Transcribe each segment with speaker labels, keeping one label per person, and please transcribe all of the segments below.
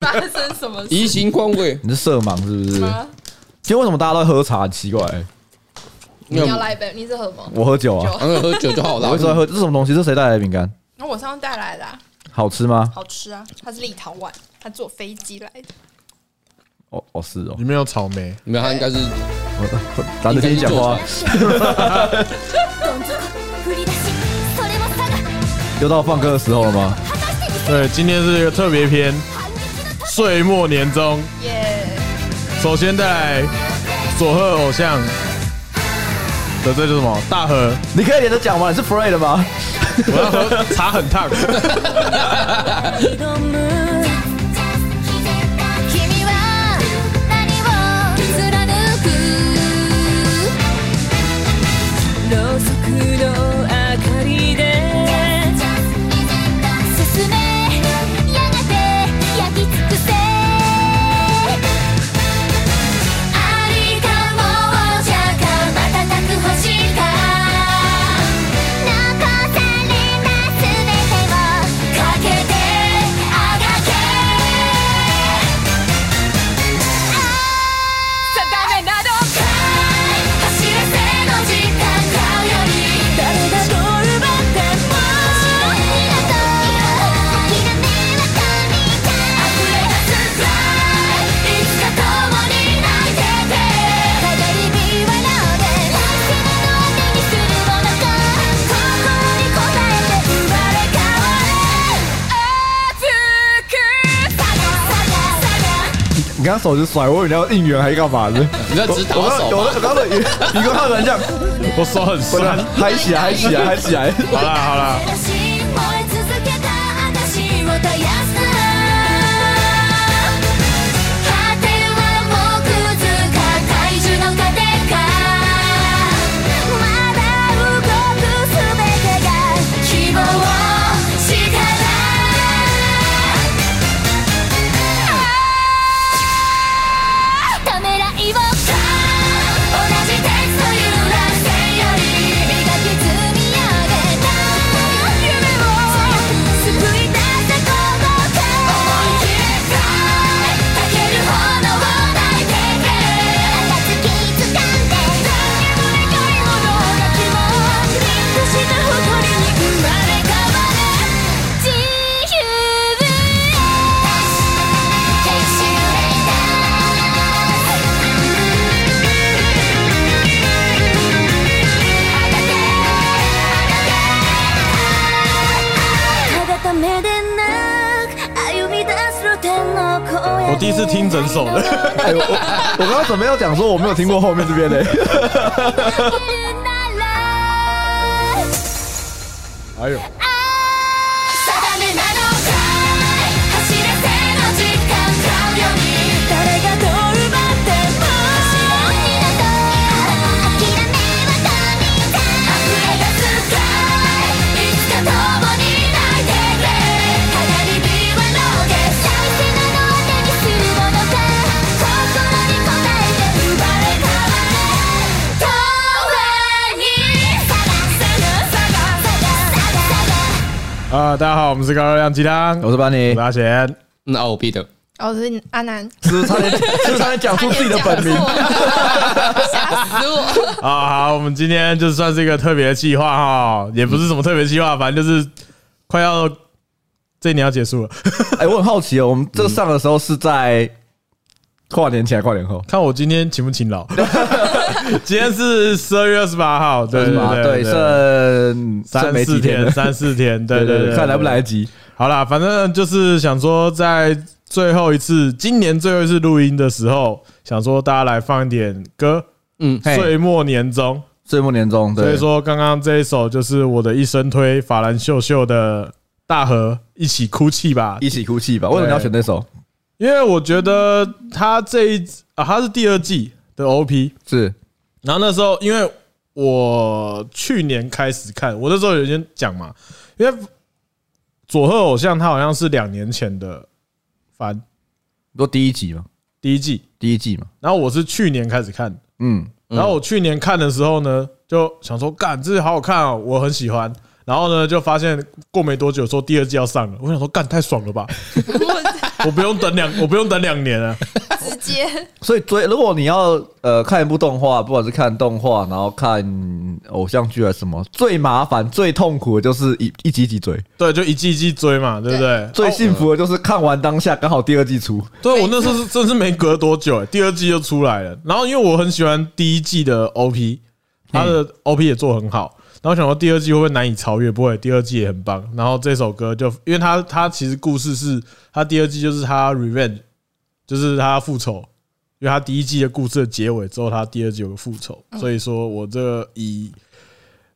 Speaker 1: 发生什么
Speaker 2: 移
Speaker 1: 事
Speaker 2: 形换位，
Speaker 3: 你是色盲是不是？今
Speaker 1: 吗？
Speaker 3: 天为什么大家都在喝茶？很奇怪、
Speaker 2: 没
Speaker 1: 你
Speaker 2: 有
Speaker 1: 要，来一杯，你是喝吗？
Speaker 3: 我喝酒
Speaker 1: 酒
Speaker 3: 啊，
Speaker 2: 然后喝酒就好
Speaker 3: 我一直在
Speaker 2: 了。
Speaker 3: 喝。这是什么东西？这谁带来的饼干？
Speaker 1: 那我上次带来的啊，
Speaker 3: 好吃吗？
Speaker 1: 好吃啊，它是立陶宛，它坐飞机来的。
Speaker 3: 哦哦是哦，
Speaker 4: 里面有草莓，
Speaker 2: 没有，他应该是
Speaker 3: 我懒得跟你讲话。
Speaker 5: どん底振り出しそれも差が
Speaker 3: 又到放歌的时候了吗？
Speaker 5: 果たし
Speaker 4: 对，
Speaker 5: て見せる
Speaker 4: 今天是一个特别篇，
Speaker 5: 反撃の
Speaker 4: 岁末年终，
Speaker 1: 耶！
Speaker 4: 首先带来佐贺偶像的这就是什么大河，
Speaker 3: 你可以连着讲吗？你是 Fred 吗？
Speaker 4: 我要喝茶很 烫，
Speaker 5: 挑む君は何を貫くろうそくの明かりで進めやがて焼き尽くせありかもじゃか瞬く星か残された全てをかけてあがけ
Speaker 1: さダメなど
Speaker 5: 走らせの時間買うより誰がどう奪っても諦めは神か溢れ出すフライいつか共に泣いてて互いに笑うでラッキーなの手にするものか心に応えて生まれ変われ
Speaker 1: あずく
Speaker 3: 你刚刚手是甩，我以为你要应援还是干嘛的？
Speaker 2: 你在指
Speaker 3: 我
Speaker 2: 打
Speaker 3: 刚
Speaker 2: 手
Speaker 3: 我
Speaker 2: 吧？
Speaker 3: 刚刚的，你刚刚的人讲，
Speaker 4: 我手很
Speaker 3: 不是
Speaker 4: 酸。
Speaker 3: 嗨起来，嗨起来，嗨起来。
Speaker 4: 好啦好啦，
Speaker 5: 「燃え続けた私を絶やすな」「果てはもうくずか怪獣の糧か」「まだ動くすべてが希望しかない」「ためらいを同じ鉄の揺らせより磨き積み上げた」「夢を救い出せこの手」「思い切れたい」「ける炎を抱いてけ」「暁掴んで」「何も願いものがきも」「リンクした誇りに生まれ変われ」「自由へ」「決心レイダー」ただためでなく歩み出す露天の荒野
Speaker 4: 我第一次听整首的，
Speaker 3: 哎，我我我刚刚准备要讲说我没有听过后面这边的。
Speaker 4: 哎呦，
Speaker 5: 定めなのかい走らせの時間買うより誰がどう奪っても白いと諦めは神だ溢れ出すかいつか共に泣いてくれ互いに笑うで大事なのを手にするものか心に応えて生まれ変われ永遠に探す探す
Speaker 4: 啊、哎大家好，我们是高热量鸡汤，
Speaker 3: 我是班尼
Speaker 4: 我是，阿贤，
Speaker 2: 那我必的，
Speaker 1: 我哦是阿南，
Speaker 3: 是不是差点，是不是差点讲出自己的本名？
Speaker 1: 吓死我！
Speaker 4: 啊，好，我们今天就算是一个特别的计划哈，也不是什么特别计划，反正就是快要这一年要结束了。
Speaker 3: 哎，我很好奇哦，我们
Speaker 4: 嗯
Speaker 3: 这上的时候是在跨年前还是跨年后？
Speaker 4: 看我今天勤不勤 劳。今天是十二月二十八号，对
Speaker 3: 是
Speaker 4: 对
Speaker 3: 吗？对，
Speaker 4: 对，
Speaker 3: 剩剩没几
Speaker 4: 三四
Speaker 3: 天了
Speaker 4: 天，。三四 天，对
Speaker 3: 对
Speaker 4: 对
Speaker 3: 对
Speaker 4: 对，
Speaker 3: 对，看来不来得。
Speaker 4: 对
Speaker 3: 及。
Speaker 4: 好啦，反正就是想说，在最后一次，今年最后一次录音的时候，想说大家来放一点歌，
Speaker 2: 嗯，
Speaker 3: 嘿
Speaker 4: 岁末年终。
Speaker 3: 岁末年终，
Speaker 4: 所
Speaker 3: 对
Speaker 4: 以，说，刚刚这一首就是我的一生推法兰秀秀的《大河一起哭泣吧》，
Speaker 3: 一起哭泣吧。为什么你要选那首？
Speaker 4: 因为我觉得他这一啊，他是第二季的 OP，
Speaker 3: 是
Speaker 4: 然后那时候因为我去年开始看，我那时候有先讲嘛，因为佐贺偶像他好像是两年前的番
Speaker 3: 你说第一集嘛？
Speaker 4: 第一季，
Speaker 3: 第一季嘛？
Speaker 4: 然后我是去年开始看，
Speaker 3: 嗯，
Speaker 4: 然后我去年看的时候呢，就想说干这好好看哦，我很喜欢。然后呢，就发现过没多久说第二季要上了，我想说干太爽了吧，
Speaker 1: 我
Speaker 4: 我不用等两，我不用等两年啊。
Speaker 1: 直接
Speaker 3: 所以追，如果你要呃看一部动画，不管是看动画，然后看偶像剧还是什么，最麻烦、最痛苦的就是一一集一集追，
Speaker 4: 对，就一季一季追嘛，对不对？
Speaker 3: 最幸福的就是看完当下刚好第二季出。
Speaker 4: 对我那时候是真是没隔多久、欸，第二季就出来了。然后因为我很喜欢第一季的 OP，他的 OP 也做很好。然后想说第二季会不会难以超越？不会，第二季也很棒。然后这首歌就，因为他他其实故事是他第二季就是他 revenge，就是他复仇，因为他第一季的故事的结尾之后，他第二季有个复仇。所以说我这个以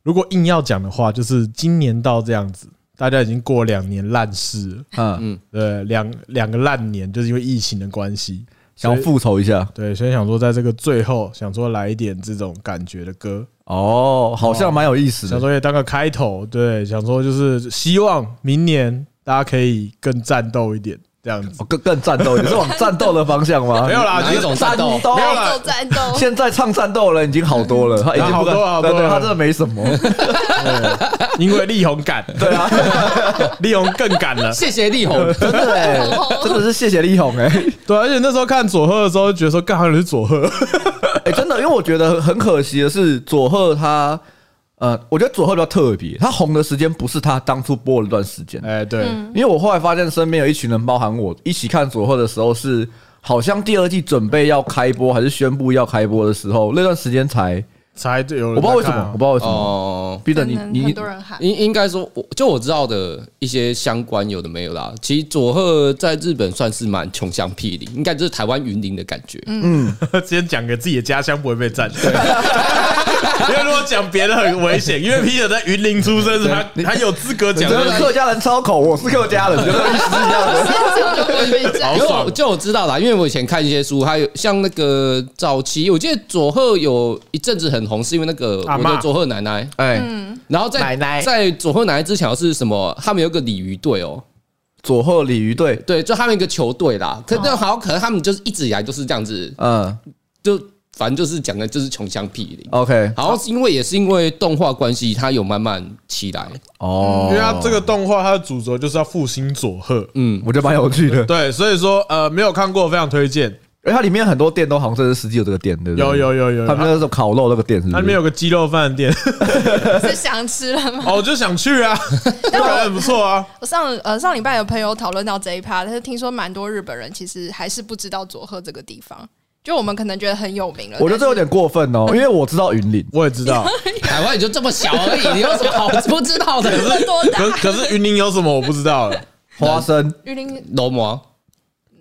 Speaker 4: 如果硬要讲的话，就是今年到这样子，大家已经过两年烂事了。
Speaker 3: 嗯，
Speaker 4: 呃，两两个烂年，就是因为疫情的关系，
Speaker 3: 想要复仇一下。
Speaker 4: 对，所以想说在这个最后，想说来一点这种感觉的歌，
Speaker 3: 哦，好像蛮有意思
Speaker 4: 想
Speaker 3: 的。
Speaker 4: 说也当个开头，对，想说就是希望明年大家可以更战斗一点，这样子。
Speaker 3: 哦更更战 斗，你是往战斗的方向吗？
Speaker 4: 没有啦，
Speaker 2: 哪
Speaker 4: 就
Speaker 2: 一
Speaker 4: 是
Speaker 2: 种
Speaker 3: 战
Speaker 2: 战斗？
Speaker 3: 斗
Speaker 4: 没有啦
Speaker 1: 做战斗，
Speaker 3: 现在唱战斗了，已经好多 了，他已经不
Speaker 4: 好多好多
Speaker 3: 对对，
Speaker 4: 了
Speaker 3: 他真的没什 么，
Speaker 4: 因为力宏 敢，对啊，力宏更敢了。
Speaker 2: 谢谢力宏，
Speaker 3: 真的哎，真的是谢谢力 宏哎，
Speaker 4: 对，而且那时候看佐贺的时候，觉得说，干好像是佐贺，
Speaker 3: 哎，真的，因为我觉得很可惜的是，佐贺他，呃，我觉得佐贺比较特别，他红的时间不是他当初播的那段时间，
Speaker 4: 哎，对，
Speaker 3: 因为我后来发现身边有一群人，包含我一起看佐贺的时候是。好像第二季准备要开播，还是宣布要开播的时候，那段时间才
Speaker 4: 才有
Speaker 3: 我
Speaker 4: 人
Speaker 3: 不知道为什
Speaker 4: 在
Speaker 3: 么，
Speaker 4: 看啊
Speaker 3: 我不知道为什么。
Speaker 2: 哦，
Speaker 3: 逼着
Speaker 1: 可
Speaker 3: 你
Speaker 1: 能
Speaker 3: 你
Speaker 1: 很多人喊，
Speaker 2: 应应该说，我就我知道的一些相关有的没有啦。其实佐贺在日本算是蛮穷乡僻邻，应该就是台湾云林的感觉。
Speaker 4: 先讲给自己的家乡不会被占。对， 因为如果讲别的很危险，因为 Peter 在云林出 生，所以他他有资格
Speaker 3: 你
Speaker 4: 讲
Speaker 3: 真
Speaker 4: 这
Speaker 3: 的是
Speaker 4: 个。
Speaker 3: 客家人超口，我是客家人，觉 得意思是一样的。
Speaker 1: 我就不会被占
Speaker 4: 好
Speaker 2: 因为
Speaker 4: 爽
Speaker 2: 我就我知道啦，因为我以前看一些书，还有像那个早期，我记得佐贺有一阵子很红，是因为那个
Speaker 4: 阿
Speaker 2: 我
Speaker 4: 嬷嗯
Speaker 2: 的佐贺奶奶，
Speaker 3: 哎，
Speaker 2: 然后在
Speaker 3: 奶奶
Speaker 2: 在佐贺奶奶之前好像是什么？他们有个鲤鱼队哦，
Speaker 3: 佐贺鲤鱼队，
Speaker 2: 对，就他们一个球队啦。可那好，可能他们就是一直以来都是这样子，
Speaker 3: 嗯
Speaker 2: 就反正就是讲的就是穷乡僻邻。
Speaker 3: ，OK，
Speaker 2: 好像是因为也是因为动画关系，它有慢慢起 来。
Speaker 3: 哦，
Speaker 4: 因为他这个动画，它的主轴就是要复兴佐贺。
Speaker 2: 嗯，
Speaker 3: 我觉得蛮有趣的，
Speaker 4: 对，所以说呃，没有看过非常推荐。
Speaker 3: 因为它里面很多店都好像真的实际有这个店，对不对？
Speaker 4: 有有有有，
Speaker 3: 他们
Speaker 4: 它
Speaker 3: 那种烤肉那个店是不是？
Speaker 4: 它里面有个鸡肉饭 店，
Speaker 1: 是想吃了吗？
Speaker 4: 哦，我就想去啊，感 觉很不错啊。
Speaker 1: 我上呃上礼拜有朋友讨论到这一趴，但是听说蛮多日本人其实还是不知道佐贺这个地方，就我们可能觉得很有名了，
Speaker 3: 我觉得这有点过分哦，因为我知道云林，
Speaker 4: 我也知 道，
Speaker 2: 台湾也就这么小而已，你有什么好不知道的？
Speaker 1: 但是多
Speaker 4: 可
Speaker 1: 大？
Speaker 4: 可是云林有什么我不知道 了。
Speaker 3: 花生
Speaker 1: 玉林
Speaker 2: 龙膜，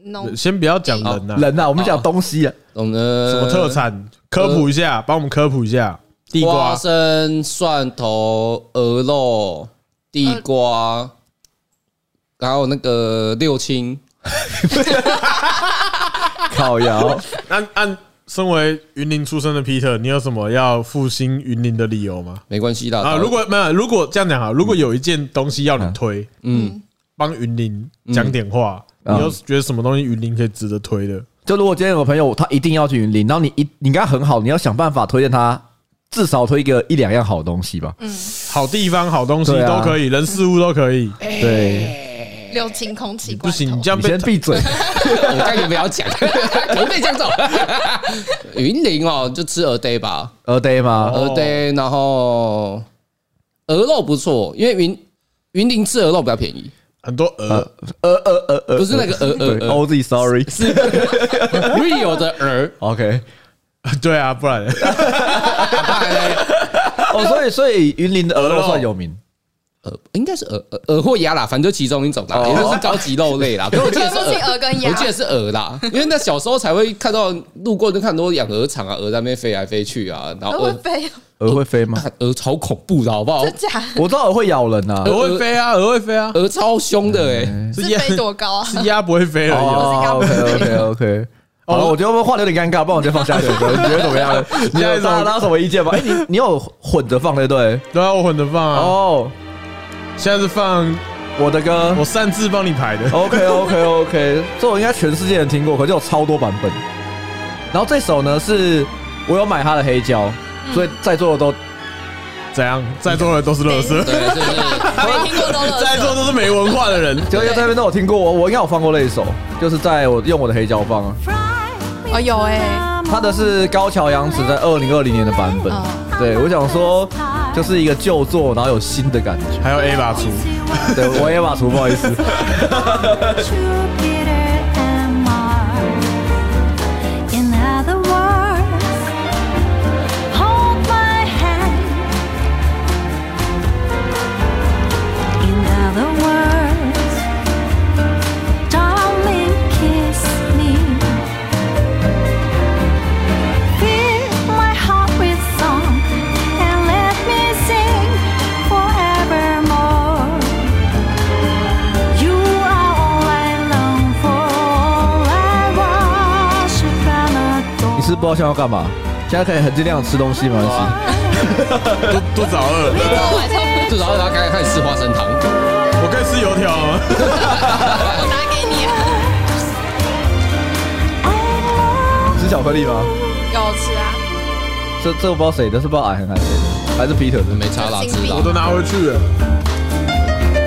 Speaker 1: 农
Speaker 4: 先不要讲哦人呐，
Speaker 3: 人呐，我们讲东 西啊，
Speaker 2: 懂得
Speaker 4: 什么特？产，科普一下，帮我们科普一下。地
Speaker 2: 花
Speaker 4: 瓜、
Speaker 2: 生、蒜头、鹅肉、地
Speaker 4: 呃
Speaker 2: 瓜，然后那个六亲，
Speaker 3: 烤窑，
Speaker 4: 按按身为云林出生的 Peter，你有什么要复兴云林的理由吗？
Speaker 2: 没关系的
Speaker 4: 啊，如果没有，如果这样讲哈，如果有一件东西要你推，
Speaker 2: 嗯，
Speaker 4: 帮云林讲点话，你
Speaker 3: 嗯
Speaker 4: 又觉得什么东西云林可以值得推的？
Speaker 3: 就如果今天有个朋友他一定要去云林，然后你一你跟他很好，你要想办法推荐他，至少推一个一两样好东西吧。
Speaker 4: 好地方、好东西
Speaker 3: 对啊
Speaker 4: 都可以，人事物都可以。
Speaker 1: 哎
Speaker 3: 对，
Speaker 1: 六清空气
Speaker 4: 不
Speaker 1: 罐
Speaker 4: 行，
Speaker 1: 头
Speaker 4: 你，这样
Speaker 3: 你
Speaker 4: 被
Speaker 3: 先闭 嘴。
Speaker 2: 我刚才不要讲，我被讲走。 云林哦，就吃鹅呆吧，
Speaker 3: 呃，对吗？
Speaker 4: 哦
Speaker 2: 鹅呆，然后鹅肉不错，因为云云林吃鹅肉比较 便宜，
Speaker 4: 很多鹅，
Speaker 3: 呃呃呃呃，
Speaker 2: 不是那个呃呃呃
Speaker 3: 对，OZ sorry，
Speaker 2: 是 real 的 鹅。
Speaker 3: OK。呃
Speaker 4: 对啊，不然
Speaker 3: 哦，所以所以云林的鹅
Speaker 4: 鹅
Speaker 3: 肉
Speaker 4: 肉
Speaker 3: 算有名，
Speaker 2: 呃，应该是鹅鹅鹅或鸭啦，反正就其中一种啦，
Speaker 3: 哦
Speaker 2: 也就是高级肉类啦。可是我记得是
Speaker 1: 分不清
Speaker 2: 鹅
Speaker 1: 鹅跟鸭
Speaker 2: 我记得是鹅啦，因为那小时候才会看到路过就看很多养鹅场啊，鹅在那边飞来飞去啊，然后
Speaker 1: 都会
Speaker 2: 鹅
Speaker 1: 飞，
Speaker 3: 鹅会飞 吗？
Speaker 2: 看鹅超恐怖的欸好不好？
Speaker 1: 真假？
Speaker 3: 我知道鹅会咬人呐。
Speaker 4: 鹅会飞啊，鹅会飞啊，
Speaker 2: 鹅超凶的哎，
Speaker 1: 是
Speaker 4: 鸭
Speaker 1: 飞多高 啊？
Speaker 4: 是鸭不会飞而已啊。
Speaker 1: 哦
Speaker 3: ，OK OK OK。好了，我觉得话有点尴尬，不然我直接放下一首歌，你觉得怎么 样？你有大家大家有什么意见吗？哎，你你有混着放对不对？
Speaker 4: 对啊，我混着放啊，
Speaker 3: 哦，
Speaker 4: 现在是放
Speaker 3: 我的歌
Speaker 4: 我擅自帮你排的。
Speaker 3: ，OK OK OK，这我应该全世界人听过，可是有超多版本。嗯然后这首呢是我有买他的黑胶，所以在座的都
Speaker 4: 怎样？在座的人都是乐色，
Speaker 2: 对，就
Speaker 1: 没
Speaker 2: 是
Speaker 1: 听过 都乐
Speaker 4: 在座
Speaker 1: 色。
Speaker 4: 都是没文化的人。
Speaker 3: 就在那边都有听过，我我应该有放过那一首，就是在我用我的黑胶放啊，
Speaker 1: 哦，有哎、
Speaker 3: 它的 是高桥洋子在二零二零年的版本
Speaker 1: 嗯。
Speaker 3: 对，我想说就是一个旧作，然后有新的感觉。
Speaker 4: 还有 A 把出，
Speaker 3: 对，我也把图，不好意思。
Speaker 5: Jupiter and Mars. In other words, hold my hand. In other words, darling, kiss me. Fill my heart with song and let me sing forevermore. You are all I long for, all I worship and adore.
Speaker 3: 你是不知道想要干嘛？现在可以很尽量吃东西，没关系。
Speaker 4: 肚肚子好饿，
Speaker 1: 我晚上
Speaker 2: 至少他刚刚开始吃花生糖。
Speaker 4: 我可以吃油条了吗？
Speaker 1: 我拿给你、
Speaker 3: 吃巧克力吗？
Speaker 1: 有吃啊，
Speaker 3: 这这我不知道谁的，是不知道矮还是谁的，还是 Peter 的。
Speaker 2: 没差啦，
Speaker 1: 就
Speaker 2: 知
Speaker 1: 是
Speaker 2: 道
Speaker 4: 我都拿回去了。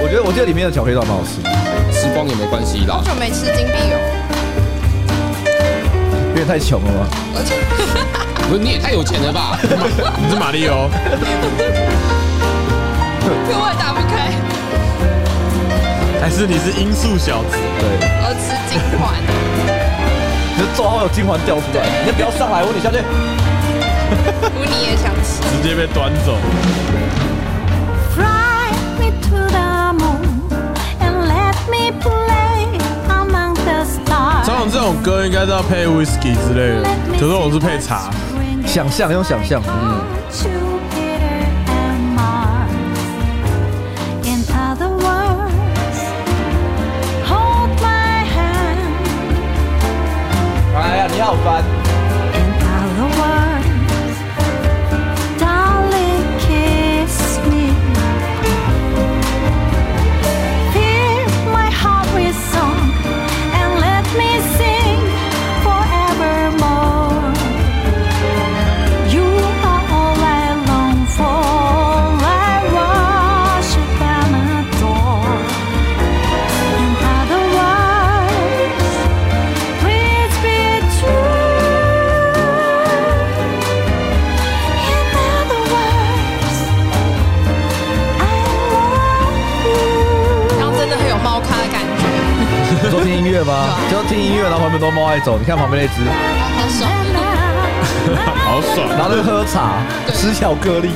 Speaker 3: 我觉得我记得里面的巧克力都蛮好吃，
Speaker 2: 吃光也没关系啦
Speaker 1: 好。久没吃金币油，
Speaker 3: 因为太穷了嘛。
Speaker 1: 而且
Speaker 2: 不是你也太有钱了吧？
Speaker 4: 你是马里奥，
Speaker 1: 课外打不开，
Speaker 4: 还是你是音速小子？
Speaker 3: 对，
Speaker 1: 而吃金环。
Speaker 3: 就抓到有金环掉出来，你不要上来，我你下去。
Speaker 1: 不，你也想吃？
Speaker 4: 直接被端走。
Speaker 5: Fly me to the moon and let me play among the stars.
Speaker 4: 常常这种歌应该是要配 whisky 之类的，可是我是配茶。
Speaker 3: 想象，用想象。
Speaker 5: 嗯。Jupiter and Mars. In other words, hold my hand.
Speaker 3: 哎呀，你好烦。
Speaker 5: In other words, darling, kiss me. Fill my heart with song and let me sing forevermore. You are all I long for, all I worship and adore. In other words, please be true. In other words, I love you.
Speaker 1: 然后真的很有猫咖的感觉，
Speaker 3: 你说听音乐吗？就听音乐，然后旁边都猫爱走。你看旁边那只，
Speaker 1: 好爽。
Speaker 4: 好爽！
Speaker 3: 然后就喝茶，吃巧克力。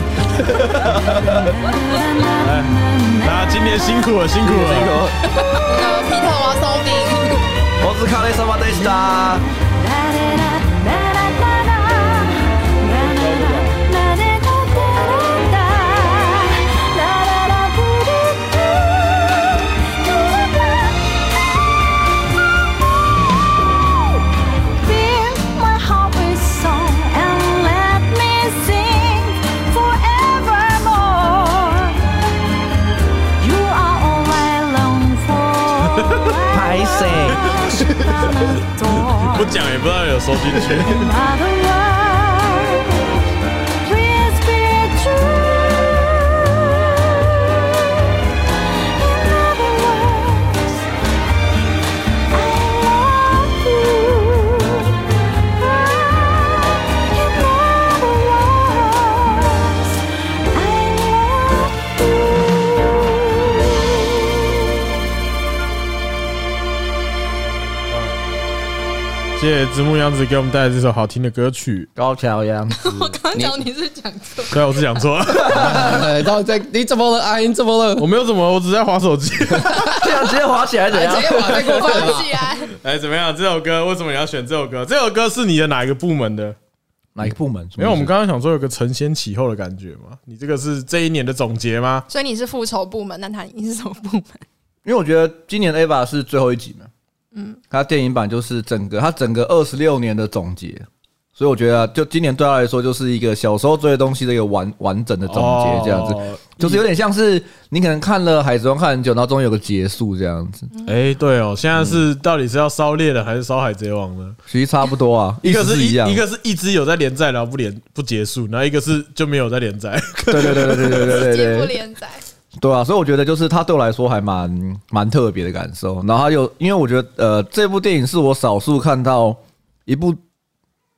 Speaker 4: 那今年辛苦了，辛苦
Speaker 3: 这
Speaker 4: 了。
Speaker 3: 个
Speaker 1: 那个皮特瓦松饼，
Speaker 3: 我是卡内什么的西达。
Speaker 5: 拍谁？
Speaker 4: 不讲也不知道有收进去。
Speaker 5: Mother world, please be true. In other words, I love you. In other words, I love you.
Speaker 4: 谢谢直木杨子给我们带来这首好听的歌曲。
Speaker 3: 高桥洋子，
Speaker 1: 我刚讲你是讲错，
Speaker 4: 对，我是讲错了，
Speaker 2: 哎到底在你怎么了？阿英怎么了？
Speaker 4: 我没有怎么，我只是在划手机。
Speaker 3: 这样直接滑起来怎样
Speaker 1: 哎
Speaker 2: 直？接把太过分了吧
Speaker 1: 起。来。
Speaker 4: 哎，怎么样？这首歌为什么你要选这首歌？这首歌是你的哪一个部门的？
Speaker 3: 哪一个部门？
Speaker 4: 因为我们刚刚想说有个承先启后的感觉嘛。你这个是这一年的总结吗？
Speaker 1: 所以你是复仇部门，那他你是什么部门？
Speaker 3: 因为我觉得今年 AVA 是最后一集嘛，嗯，它电影版就是整个它整个二十六年的总结，所以我觉得、啊，就今年对他来说，就是一个小时候追的东西的一个完完整的总结，这样子，
Speaker 4: 哦
Speaker 3: 就是有点像是你可能看了《海贼王》看很久，然后终于有个结束这样子，
Speaker 4: 哎，对哦，现在
Speaker 3: 嗯
Speaker 4: 是到底是要烧猎人还是烧海贼王呢？
Speaker 3: 其实差不多啊，
Speaker 4: 一个
Speaker 3: 意思
Speaker 4: 是
Speaker 3: 是一样，
Speaker 4: 一个是一直有在连载，然后不连不结束，然后一个是就没有在连 载。
Speaker 3: 对对对对对对
Speaker 1: 几
Speaker 3: 对对
Speaker 1: 乎
Speaker 3: 对，
Speaker 1: 连载，
Speaker 3: 对啊，所以我觉得就是它对我来说还蛮蛮特别的感受。然后还有，因为我觉得呃，这部电影是我少数看到一部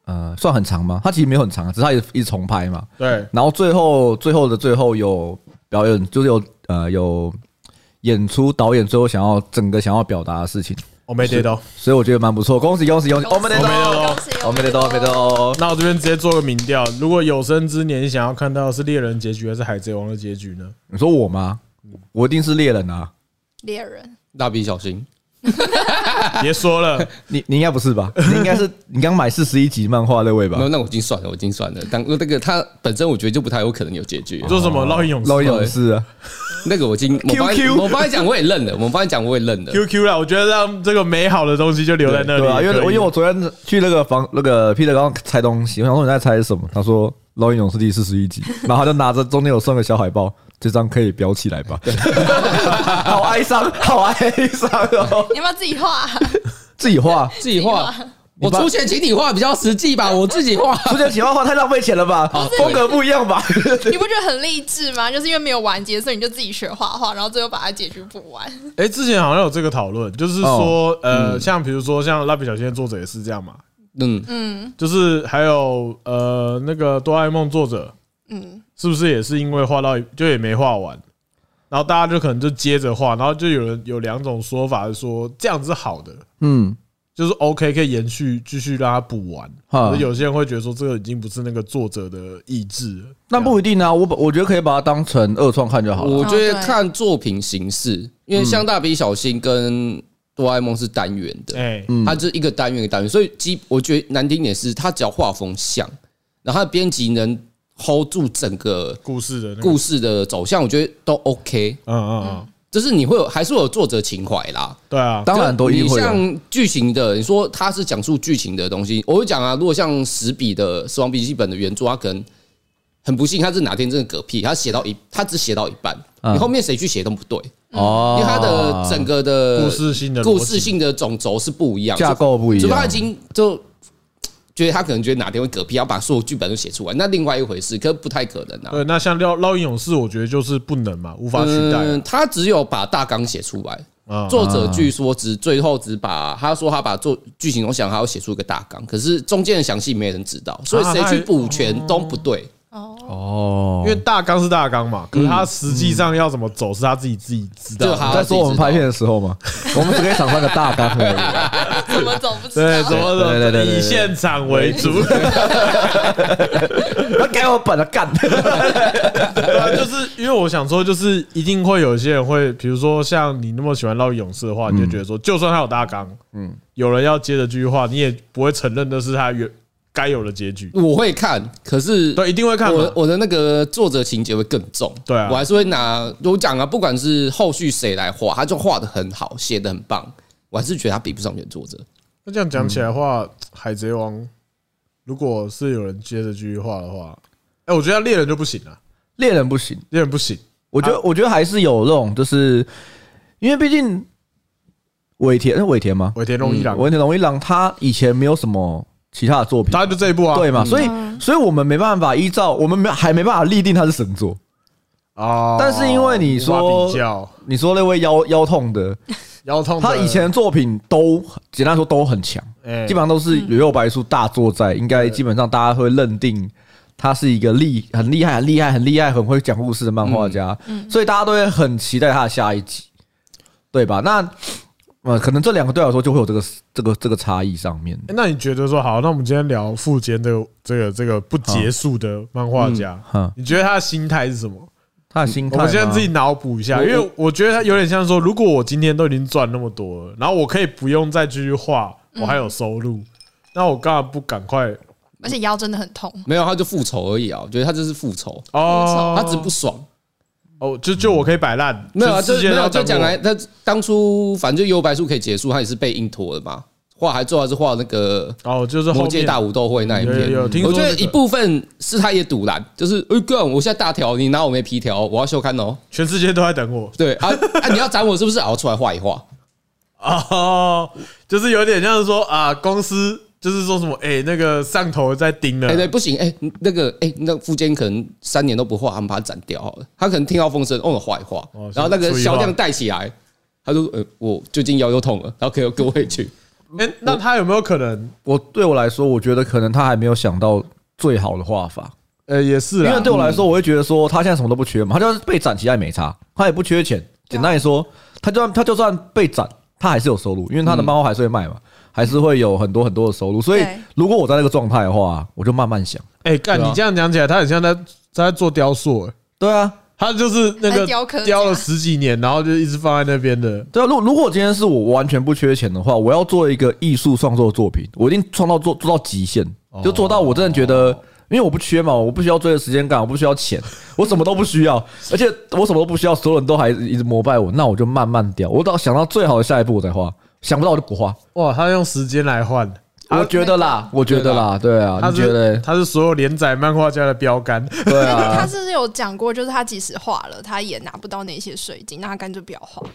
Speaker 3: 呃算很长吗？它其实没有很长，只是它一直一直重拍嘛。
Speaker 4: 对，
Speaker 3: 然后最后最后的最后有表演，就是有呃有演出导演最后想要整个想要表达的事情，
Speaker 4: 我没跌到。
Speaker 3: 所以我觉得蛮不错。恭喜恭喜恭喜！我们得
Speaker 1: 恭
Speaker 3: 到，
Speaker 1: 喜
Speaker 3: 我们得到，我们得
Speaker 1: 恭喜
Speaker 3: 到。
Speaker 4: 那我这边直接做个民调，如果有生之年你想要看到的是猎人结局还是海贼王的结局 呢？
Speaker 3: 你说我吗？我一定是猎人啊！
Speaker 1: 猎人，
Speaker 2: 蜡笔小新，
Speaker 4: 别说了，
Speaker 3: 你你应该不是吧？你应 该是你刚买四十一集漫画那位吧
Speaker 2: 没？有，那我已经算了，我已经算了。但那个他本身我觉得就不太有可能有结局啊
Speaker 4: 你。说什么烙印勇士？
Speaker 3: 老勇士啊，
Speaker 2: 哎那个我已经，我帮
Speaker 3: QQ
Speaker 2: 你，我帮你讲我也认了，我帮你讲我也认了。
Speaker 4: QQ 啦，我觉得让这个美好的东西就留在那里。
Speaker 3: 对啊，因为
Speaker 4: 可以
Speaker 3: 我因为我昨天去那个房那个 Peter 刚刚拆东西，我想说你在猜什么？他说《老鹰勇士》第四十一集，然后他就拿着中间有送个小海报，这张可以裱起来吧？ 好哀伤，好哀伤哦！
Speaker 1: 你要不要自己画？
Speaker 3: 自己画，
Speaker 2: 自己画，我
Speaker 3: 把
Speaker 2: 出钱请你画比较实际吧，我自己画。
Speaker 3: 出现喜欢画太浪费钱了吧？
Speaker 2: 哦
Speaker 3: 风格不一样 吧？
Speaker 1: 你不觉得很励志吗？就是因为没有完结，所以你就自己学画画，然后最后把它解决不完。
Speaker 4: 哎、之前好像有这个讨论，就是说，
Speaker 3: 哦嗯
Speaker 4: 呃，像比如说像蜡笔小新的作者也是这样嘛，
Speaker 2: 嗯，
Speaker 4: 就是还有呃那个哆啦 A 梦作者，嗯，是不是也是因为画到一就也没画完，然后大家就可能就接着画，然后就有人有两种说法是说这样子是好的，
Speaker 3: 嗯，
Speaker 4: 就是 OK 可以延续继续让它补完，
Speaker 3: 哈
Speaker 4: 可是有些人会觉得说这个已经不是那个作者的意志了，
Speaker 3: 那不一定啊，我把我觉得可以把它当成二创看就好了。
Speaker 2: 我觉
Speaker 1: 哦
Speaker 2: 得
Speaker 1: 对
Speaker 2: 看作品形式，因为像蜡笔小新跟哆啦 A 梦是单元的，
Speaker 4: 哎、
Speaker 2: 它就是一个单元一个单元，所以基我觉得难听点是，它只要画风像，然后它的编辑能 hold 住整个
Speaker 4: 故事的那个，
Speaker 2: 故事的走向，我觉得都 OK。
Speaker 4: 嗯嗯嗯，
Speaker 2: 就是你会有还是会有作者情怀啦，
Speaker 4: 对啊，
Speaker 3: 当然都一定会
Speaker 2: 你
Speaker 3: 有，
Speaker 2: 像剧情的，你说它是讲述剧情的东西，我会讲啊，如果像十笔的《死亡笔记本》的原著，它可能很不幸，它是哪天真的嗝屁，它写到一，它只写到一半，
Speaker 3: 嗯
Speaker 2: 你后面谁去写都不对，
Speaker 3: 哦
Speaker 2: 嗯因为它
Speaker 3: 啊
Speaker 2: 的整个的
Speaker 4: 故事性的逻辑
Speaker 2: 故事性的总轴是不一样，
Speaker 3: 架构不一
Speaker 2: 就他
Speaker 3: 样
Speaker 2: 已。经就觉得他可能觉得哪天会嗝屁，要把所有剧本都写出来，那另外一回事，可不太可能啊。
Speaker 4: 对，那像烙烙印勇士，我觉得就是不能嘛，无法取代啊
Speaker 2: 嗯，他只有把大纲写出来，
Speaker 4: 啊。
Speaker 2: 作者据说只最后只把他说他把做剧情中想还要写出一个大纲，可是中间的详细没人知道，所以
Speaker 4: 啊
Speaker 2: 谁去补全都不对。
Speaker 3: 哦
Speaker 4: 因为大纲是大纲嘛，可是他实际上要怎么走是他自己自己知道
Speaker 2: 就好
Speaker 4: 的。
Speaker 3: 你在说我们拍片的时候嘛， 我们只可以想上个大纲 而已。
Speaker 1: 怎么走不知
Speaker 4: 对，
Speaker 1: 道？
Speaker 4: 怎么怎
Speaker 3: 对
Speaker 4: 么
Speaker 3: 对对对对
Speaker 4: 以现场为主，
Speaker 3: 他给我本了干。
Speaker 4: 对啊就是因为我想说，就是一定会有一些人会，比如说像你那么喜欢烙印勇士的话，你就觉得说，就算他有大纲，嗯，有人要接着继续画，你也不会承认那是他原该有的结局。
Speaker 2: 我会看，可是
Speaker 4: 对，一定会看嘛
Speaker 2: 我。我的那个作者情节会更重，
Speaker 4: 对啊
Speaker 2: 我还是会拿我讲啊，不管是后续谁来画，他就画的很好，写的很棒，我还是觉得他比不上原作者。
Speaker 4: 那这样讲起来的话，海贼王如果是有人接着继续画的话，哎，我觉得猎人就不行了，
Speaker 3: 猎人不行，
Speaker 4: 猎人不行。
Speaker 3: 我觉得我觉得还是有那种，就是因为毕竟尾田是尾田吗？
Speaker 4: 尾田荣一郎，
Speaker 3: 尾田荣一郎他以前没有什么其他的作品，
Speaker 4: 大家就这一步啊，
Speaker 3: 对嘛？所以所以我们没办法依照我们没还没办法立定他是神作。
Speaker 4: 啊，
Speaker 3: 但是因为你
Speaker 4: 无
Speaker 3: 说
Speaker 4: 法比较
Speaker 3: 你说那位腰腰痛的，
Speaker 4: 腰痛的，
Speaker 3: 他以前的作品都简单说都很强，
Speaker 4: 哎
Speaker 3: 基本上都是有右白书大作在，应该基本上大家会认定他是一个厉很厉害、很厉害、很厉害、很会讲故事的漫画家，所以大家都会很期待他的下一集，对吧？那呃，可能这两个对我来说就会有这个这个这个差异上面。
Speaker 4: 欸那你觉得说好？那我们今天聊富坚这个这个这个不结束的漫画家
Speaker 3: 嗯啊嗯，
Speaker 4: 你觉得他的心态是什么？
Speaker 3: 他的心态
Speaker 4: 我
Speaker 3: 吗，
Speaker 4: 们现在自己脑补一下，因为我觉得他有点像说，如果我今天都已经赚那么多了，然后我可以不用再继续画，我还有收入，那我干嘛不赶快？
Speaker 1: 而且腰真的很痛，
Speaker 2: 没有，他就复仇而已啊，我觉得他就是复仇，
Speaker 4: 哦，
Speaker 2: 他只不爽。
Speaker 4: 哦，就就我可以摆烂，
Speaker 2: 没有啊，
Speaker 4: 就
Speaker 2: 就
Speaker 4: 世
Speaker 2: 没
Speaker 4: 界
Speaker 2: 有
Speaker 4: 上
Speaker 2: 就讲来，他当初反正就幽白术可以结束，他也是被硬拖的嘛，画还最后还是画那个
Speaker 4: 哦，就是后
Speaker 2: 魔界
Speaker 4: 面
Speaker 2: 大武斗会那一
Speaker 4: 有有
Speaker 2: 篇嗯
Speaker 4: 有听，说
Speaker 2: 我觉得
Speaker 4: 这个
Speaker 2: 一部分是他也堵拦，就是哎哥，我现在大条，你拿我没皮条，我要休刊哦。
Speaker 4: 全世界都在等我
Speaker 2: 对啊 啊，你要斩我是不是？啊，我出来画一画。
Speaker 4: 哦，就是有点像是说啊，公司就是说什么，哎，那个上头在盯了
Speaker 2: 哎，，对，不行，哎，那个，哎，那富坚可能三年都不画，我们把它斩掉好了。他可能听到风声，哦，我画一画
Speaker 4: 哦，
Speaker 2: 然后那个
Speaker 4: 所以
Speaker 2: 销
Speaker 4: 画
Speaker 2: 量带起来，他说，呃，我最近腰又痛了，然后可以给我回去。
Speaker 4: 哎，那他有没有可能？
Speaker 3: 我对我来说，我觉得可能他还没有想到最好的画法，
Speaker 4: 呃，也是
Speaker 3: 因
Speaker 4: 啦，
Speaker 3: 为对我来说，我会觉得说他现在什么都不缺嘛，他就是被斩，其实也没差，他也不缺钱。简单来说，他就算他就算被斩，他还是有收入，因为他的漫画还是会卖嘛，还是会有很多很多的收入。所以
Speaker 1: 对
Speaker 3: 如果我在那个状态的话，我就慢慢想。
Speaker 4: 哎，干，
Speaker 2: 对啊
Speaker 4: 你这样讲起来，他很像在在做雕塑，哎
Speaker 3: 对啊，
Speaker 4: 他就是那
Speaker 1: 在
Speaker 4: 个
Speaker 1: 雕刻家
Speaker 4: 雕了十几年，然后就一直放在那边的。
Speaker 3: 对啊。如如果今天是我完全不缺钱的话，我要做一个艺术创作作品，我一定创造做做到极限，就做到我真的觉得。因为我不缺嘛，我不需要追的时间感，我不需要钱，我什么都不需要，而且我什么都不需要，所有人都还一直膜拜我，那我就慢慢掉，我到想到最好的下一步我再画，想不到我就不画。
Speaker 4: 哇，他用时间来换，
Speaker 3: 我觉得啊啦，我觉得啦，对啊，
Speaker 4: 他
Speaker 3: 你觉得
Speaker 4: 是？他是所有连载漫画家的标杆。
Speaker 3: 对
Speaker 1: 但 是他
Speaker 3: 啊，
Speaker 1: 是不是有讲过，就是他即使画了，他也拿不到那些水晶，那他干脆不要画，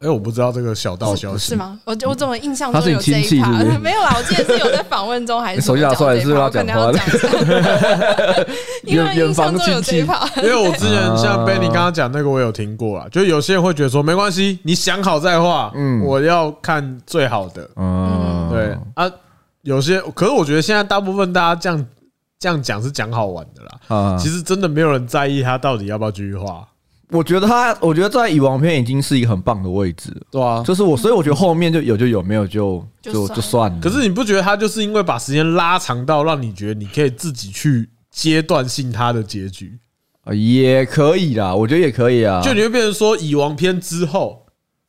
Speaker 4: 哎，我不知道这个小道消息
Speaker 1: 是？吗？我我怎么印象
Speaker 3: 哦他
Speaker 1: 中
Speaker 3: 是你
Speaker 1: 有这
Speaker 3: 亲戚
Speaker 1: 一趴
Speaker 3: 是不是？
Speaker 1: 没有啦，我记得是有在访问中还是
Speaker 3: 你手机拿出来
Speaker 1: 有讲这一趴我可能要
Speaker 3: 是
Speaker 1: 讲一下， 因为印象中有这一趴。
Speaker 4: 因为我之前像
Speaker 3: 啊
Speaker 4: Benny 刚刚讲那个，我有听过啊啦，就有些人会觉得说没关系，你想好再画，嗯，我要看最好的，
Speaker 3: 嗯，
Speaker 4: 对啊，有些可是我觉得现在大部分大家这样这样讲是讲好玩的啦，
Speaker 3: 啊
Speaker 4: 其，实真的没有人在意他到底要不要继续画，
Speaker 3: 我觉得他，我觉得在蚁王篇已经是一个很棒的位置了，
Speaker 2: 对啊，
Speaker 3: 就是我，所以我觉得后面就有就有，没有就就
Speaker 1: 就算了
Speaker 3: 就算了。
Speaker 4: 可是你不觉得他就是因为把时间拉长到让你觉得你可以自己去阶段性他的结局，
Speaker 3: 呃也可以啦，我觉得也可以啊。
Speaker 4: 就你会变成说蚁王篇之后。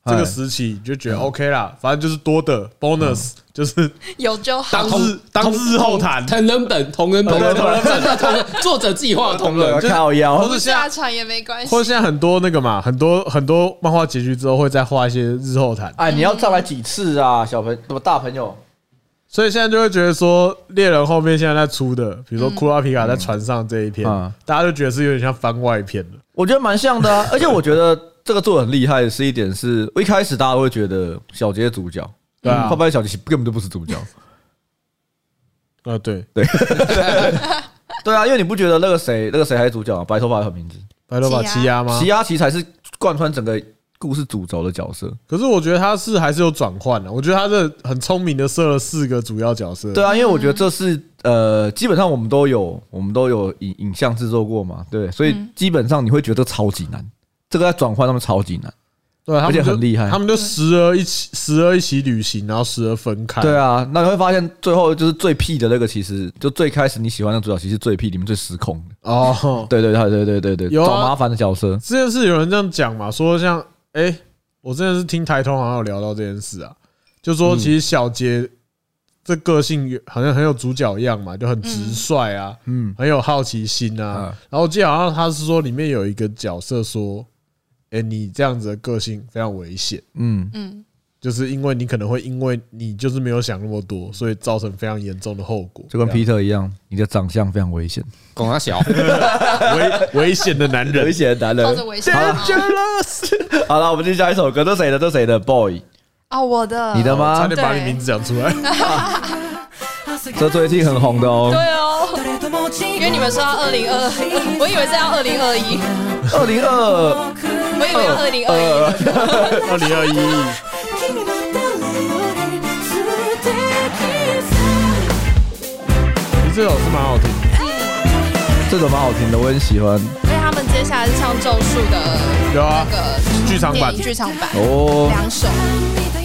Speaker 4: 这
Speaker 3: 哎
Speaker 4: 个时期你就觉得 OK 啦，反正就是多的
Speaker 3: 嗯
Speaker 4: bonus，就是
Speaker 1: 有就好
Speaker 4: 当。日当日后谈，
Speaker 2: 同人本，同人本，
Speaker 4: 对同人本
Speaker 2: 真的同人，作者自己画的同人，就是
Speaker 3: 啊靠腰
Speaker 4: 或，者现
Speaker 1: 下
Speaker 4: 在，
Speaker 1: 船也没关系
Speaker 4: 或，者现在很多那个嘛，很多很多漫画结局之后会再画一些日后谈，
Speaker 3: 哎，你要上来几次啊，小朋什么大朋友？
Speaker 4: 所以现在就会觉得说，猎人后面现在在出的，比如说库拉皮卡在船上这一篇
Speaker 3: 嗯啊，
Speaker 4: 大家就觉得是有点像番外篇了。
Speaker 3: 我觉得蛮像的啊，而且我觉得这个做得很厉害的是一点是，我一开始大家会觉得小杰是主角，
Speaker 4: 对啊
Speaker 3: 后来小杰其实根本就不是主角。
Speaker 4: 啊，对，
Speaker 3: 对啊，因为你不觉得那个谁，那个谁还是主角啊？白头发叫什么名字？
Speaker 4: 白头发
Speaker 1: 奇
Speaker 4: 奇亚吗
Speaker 3: 奇？亚奇才是贯穿整个故事主轴的角色。
Speaker 4: 可是我觉得他是还是有转换啊的，我觉得他是很聪明的设了四个主要角色。
Speaker 3: 对啊，因为我觉得这是呃，基本上我们都有，我们都有影影像制作过嘛，对，所以
Speaker 4: 嗯
Speaker 3: 基本上你会觉得超级难，这个在转换他们超级难。
Speaker 4: 对，他
Speaker 3: 而且
Speaker 4: 们就
Speaker 3: 很厉害
Speaker 4: 他们就时而一起，时而一起旅行，然后时而分开。
Speaker 3: 对啊，那你会发现最后就是最屁的那个，其实就最开始你喜欢的主角，其实最屁，里面最失控的。
Speaker 4: 哦，
Speaker 3: 对对对对对对对，
Speaker 4: 有啊
Speaker 3: 找麻烦的角色。
Speaker 4: 这件事有人这样讲嘛，说像哎、诶我真的是听台通好像有聊到这件事啊，就说
Speaker 3: 嗯
Speaker 4: 其实小杰这个性好像很有主角样嘛，就很直率啊，
Speaker 3: 嗯，
Speaker 4: 很有好奇心啊
Speaker 3: 嗯。
Speaker 4: 然后我记得好像他是说里面有一个角色说，哎，你这样子的个性非常危险，
Speaker 3: 嗯，
Speaker 1: 嗯，
Speaker 4: 就是因为你可能会因为你就是没有想那么多，所以造成非常严重的后果，
Speaker 3: 就跟
Speaker 4: 这样
Speaker 3: Peter 一样，你的长相非常危 险，
Speaker 2: 拱他小，
Speaker 4: 危危险的男 人。
Speaker 3: 险男
Speaker 1: 抱着啊危险
Speaker 3: 好
Speaker 1: 的
Speaker 3: 了
Speaker 1: 脑
Speaker 3: 好了，我们进下一首歌，这谁的？这谁的？Boy，
Speaker 1: 啊，我的，
Speaker 3: 你的
Speaker 4: 我差
Speaker 3: 吗？
Speaker 4: 点把你
Speaker 1: 对
Speaker 4: 名字讲出来。
Speaker 3: 这最近很红的哦
Speaker 1: 对。哦，因为你们说要二零二，我以为是要二零二一，
Speaker 3: 二零二
Speaker 1: 我以为要二零
Speaker 3: 呃
Speaker 1: 二一，
Speaker 4: 二零二一，你这首是蛮好听的。
Speaker 3: 这首蛮好听的，我很喜欢
Speaker 1: 所以他们接下来是唱《咒术》的
Speaker 4: 有啊
Speaker 1: 那，个
Speaker 4: 剧场
Speaker 1: 电
Speaker 4: 版
Speaker 1: 影 剧场版，
Speaker 3: 哦。
Speaker 1: 两首，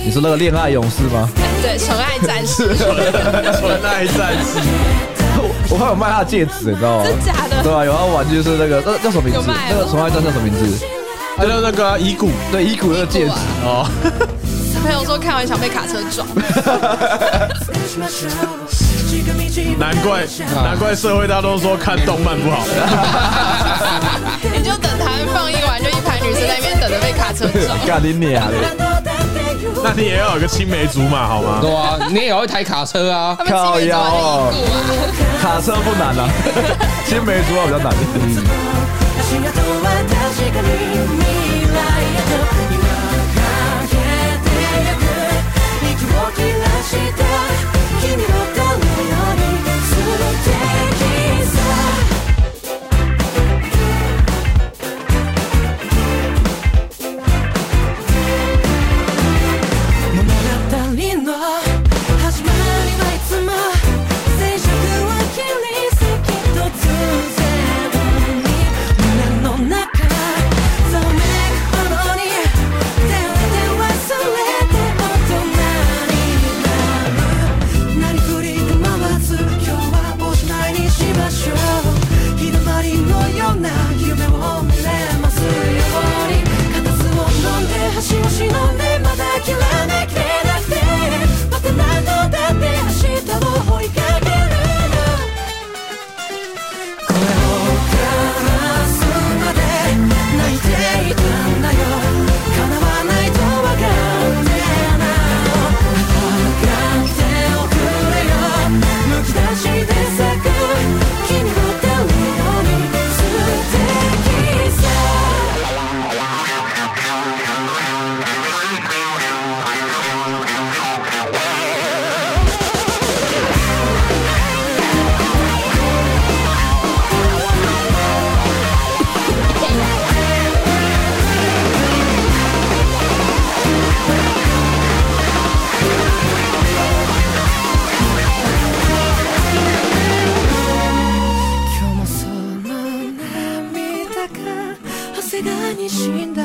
Speaker 3: 你是那个恋爱勇士吗？
Speaker 1: 对，《纯爱战士》
Speaker 4: 纯爱战士，
Speaker 3: 我我还有卖他的戒指，你知道吗？
Speaker 1: 真假的
Speaker 3: 对啊，有要玩就是那个那叫什么名字
Speaker 1: 有？卖哦
Speaker 3: 那个纯爱战士叫什么名字？
Speaker 4: 还有那个啊遗骨
Speaker 3: 对，伊谷那个戒指
Speaker 1: 伊谷啊
Speaker 4: 哦，
Speaker 1: 朋友说看完想被卡车撞，
Speaker 4: 难怪难怪社会大众说看动漫不好，
Speaker 1: 你 就等台湾放映完，就一排女生在那边等着被卡车撞。
Speaker 3: 干你娘的！
Speaker 5: のだっ
Speaker 4: 那
Speaker 5: て言う
Speaker 4: 你也要有个青梅竹马 好吗？
Speaker 2: 对啊，你也要会开卡车啊
Speaker 1: 他，们青梅竹马就已故啊。
Speaker 3: 卡车不难啊， 青梅啊竹马比较难。
Speaker 6: 足跡は確かに未来へと今変えてゆく息を切らした君をどのように素敵さ物語の始まりはいつも静寂は切り裂き突然に胸の中ざわめくものに手を入れて忘れて大人になるなりふり構わず今日はおしまいにしましょう日だまりのような夢を見れますように片隅を飲んで箸を忍んでまだ諦めきれなくてまた何度だって明日を追いかける声を枯らすまで泣いていたんだよ叶わないと分かってなお戦っておくれよむき出しで咲く君を誰より素敵さ今日もその涙が汗がにしんだ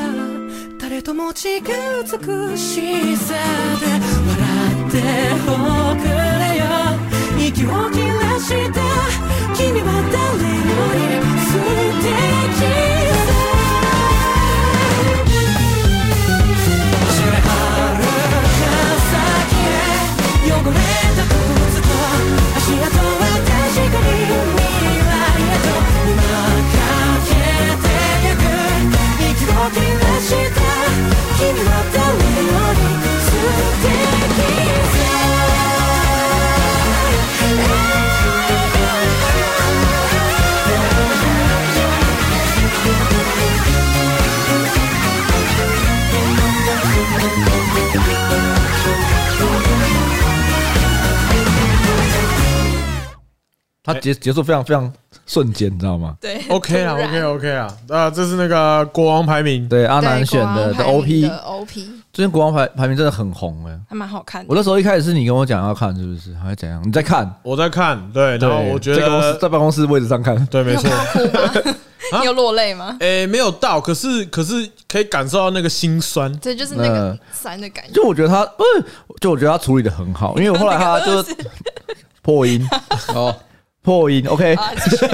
Speaker 6: 誰とも違う美しさで笑っておくれよ息を切らした君は誰より素敵さ「白はるか先へ汚れた靴と」「足跡は確かに未来へと今かけてゆく」「息を切らした君は誰より素敵
Speaker 3: 他结结束非常非常瞬间，你知道吗？
Speaker 1: 对
Speaker 4: OK 啊
Speaker 1: 突然
Speaker 4: ，OK 啊 OK 啊，啊，这是那个国王排名，
Speaker 3: 对，阿
Speaker 1: 对
Speaker 3: 南选的的
Speaker 1: 国王排名
Speaker 3: OP，
Speaker 1: 的 OP
Speaker 3: 最近国王排排名真的很红哎。
Speaker 1: 还蛮好看
Speaker 3: 我
Speaker 1: 的。
Speaker 3: 那时候一开始是你跟我讲要看，是不是？还是怎样？你在看？
Speaker 4: 我在看，对，然
Speaker 3: 对，
Speaker 4: 后我觉
Speaker 3: 在公司
Speaker 4: 得，
Speaker 3: 在办公室位置上看，
Speaker 4: 对，没
Speaker 1: 你有
Speaker 4: 错
Speaker 1: 看，到哭 吗？
Speaker 4: 啊
Speaker 1: 你有落泪吗？
Speaker 4: 诶，没有到，可是可是可以感受到那个心酸，
Speaker 1: 这就是那个
Speaker 3: 嗯
Speaker 1: 酸的感觉。
Speaker 3: 就我觉得他不是，就我觉得他处理的很 好，因为我后来他就破 音哦，破音 OK，
Speaker 1: 啊，继 续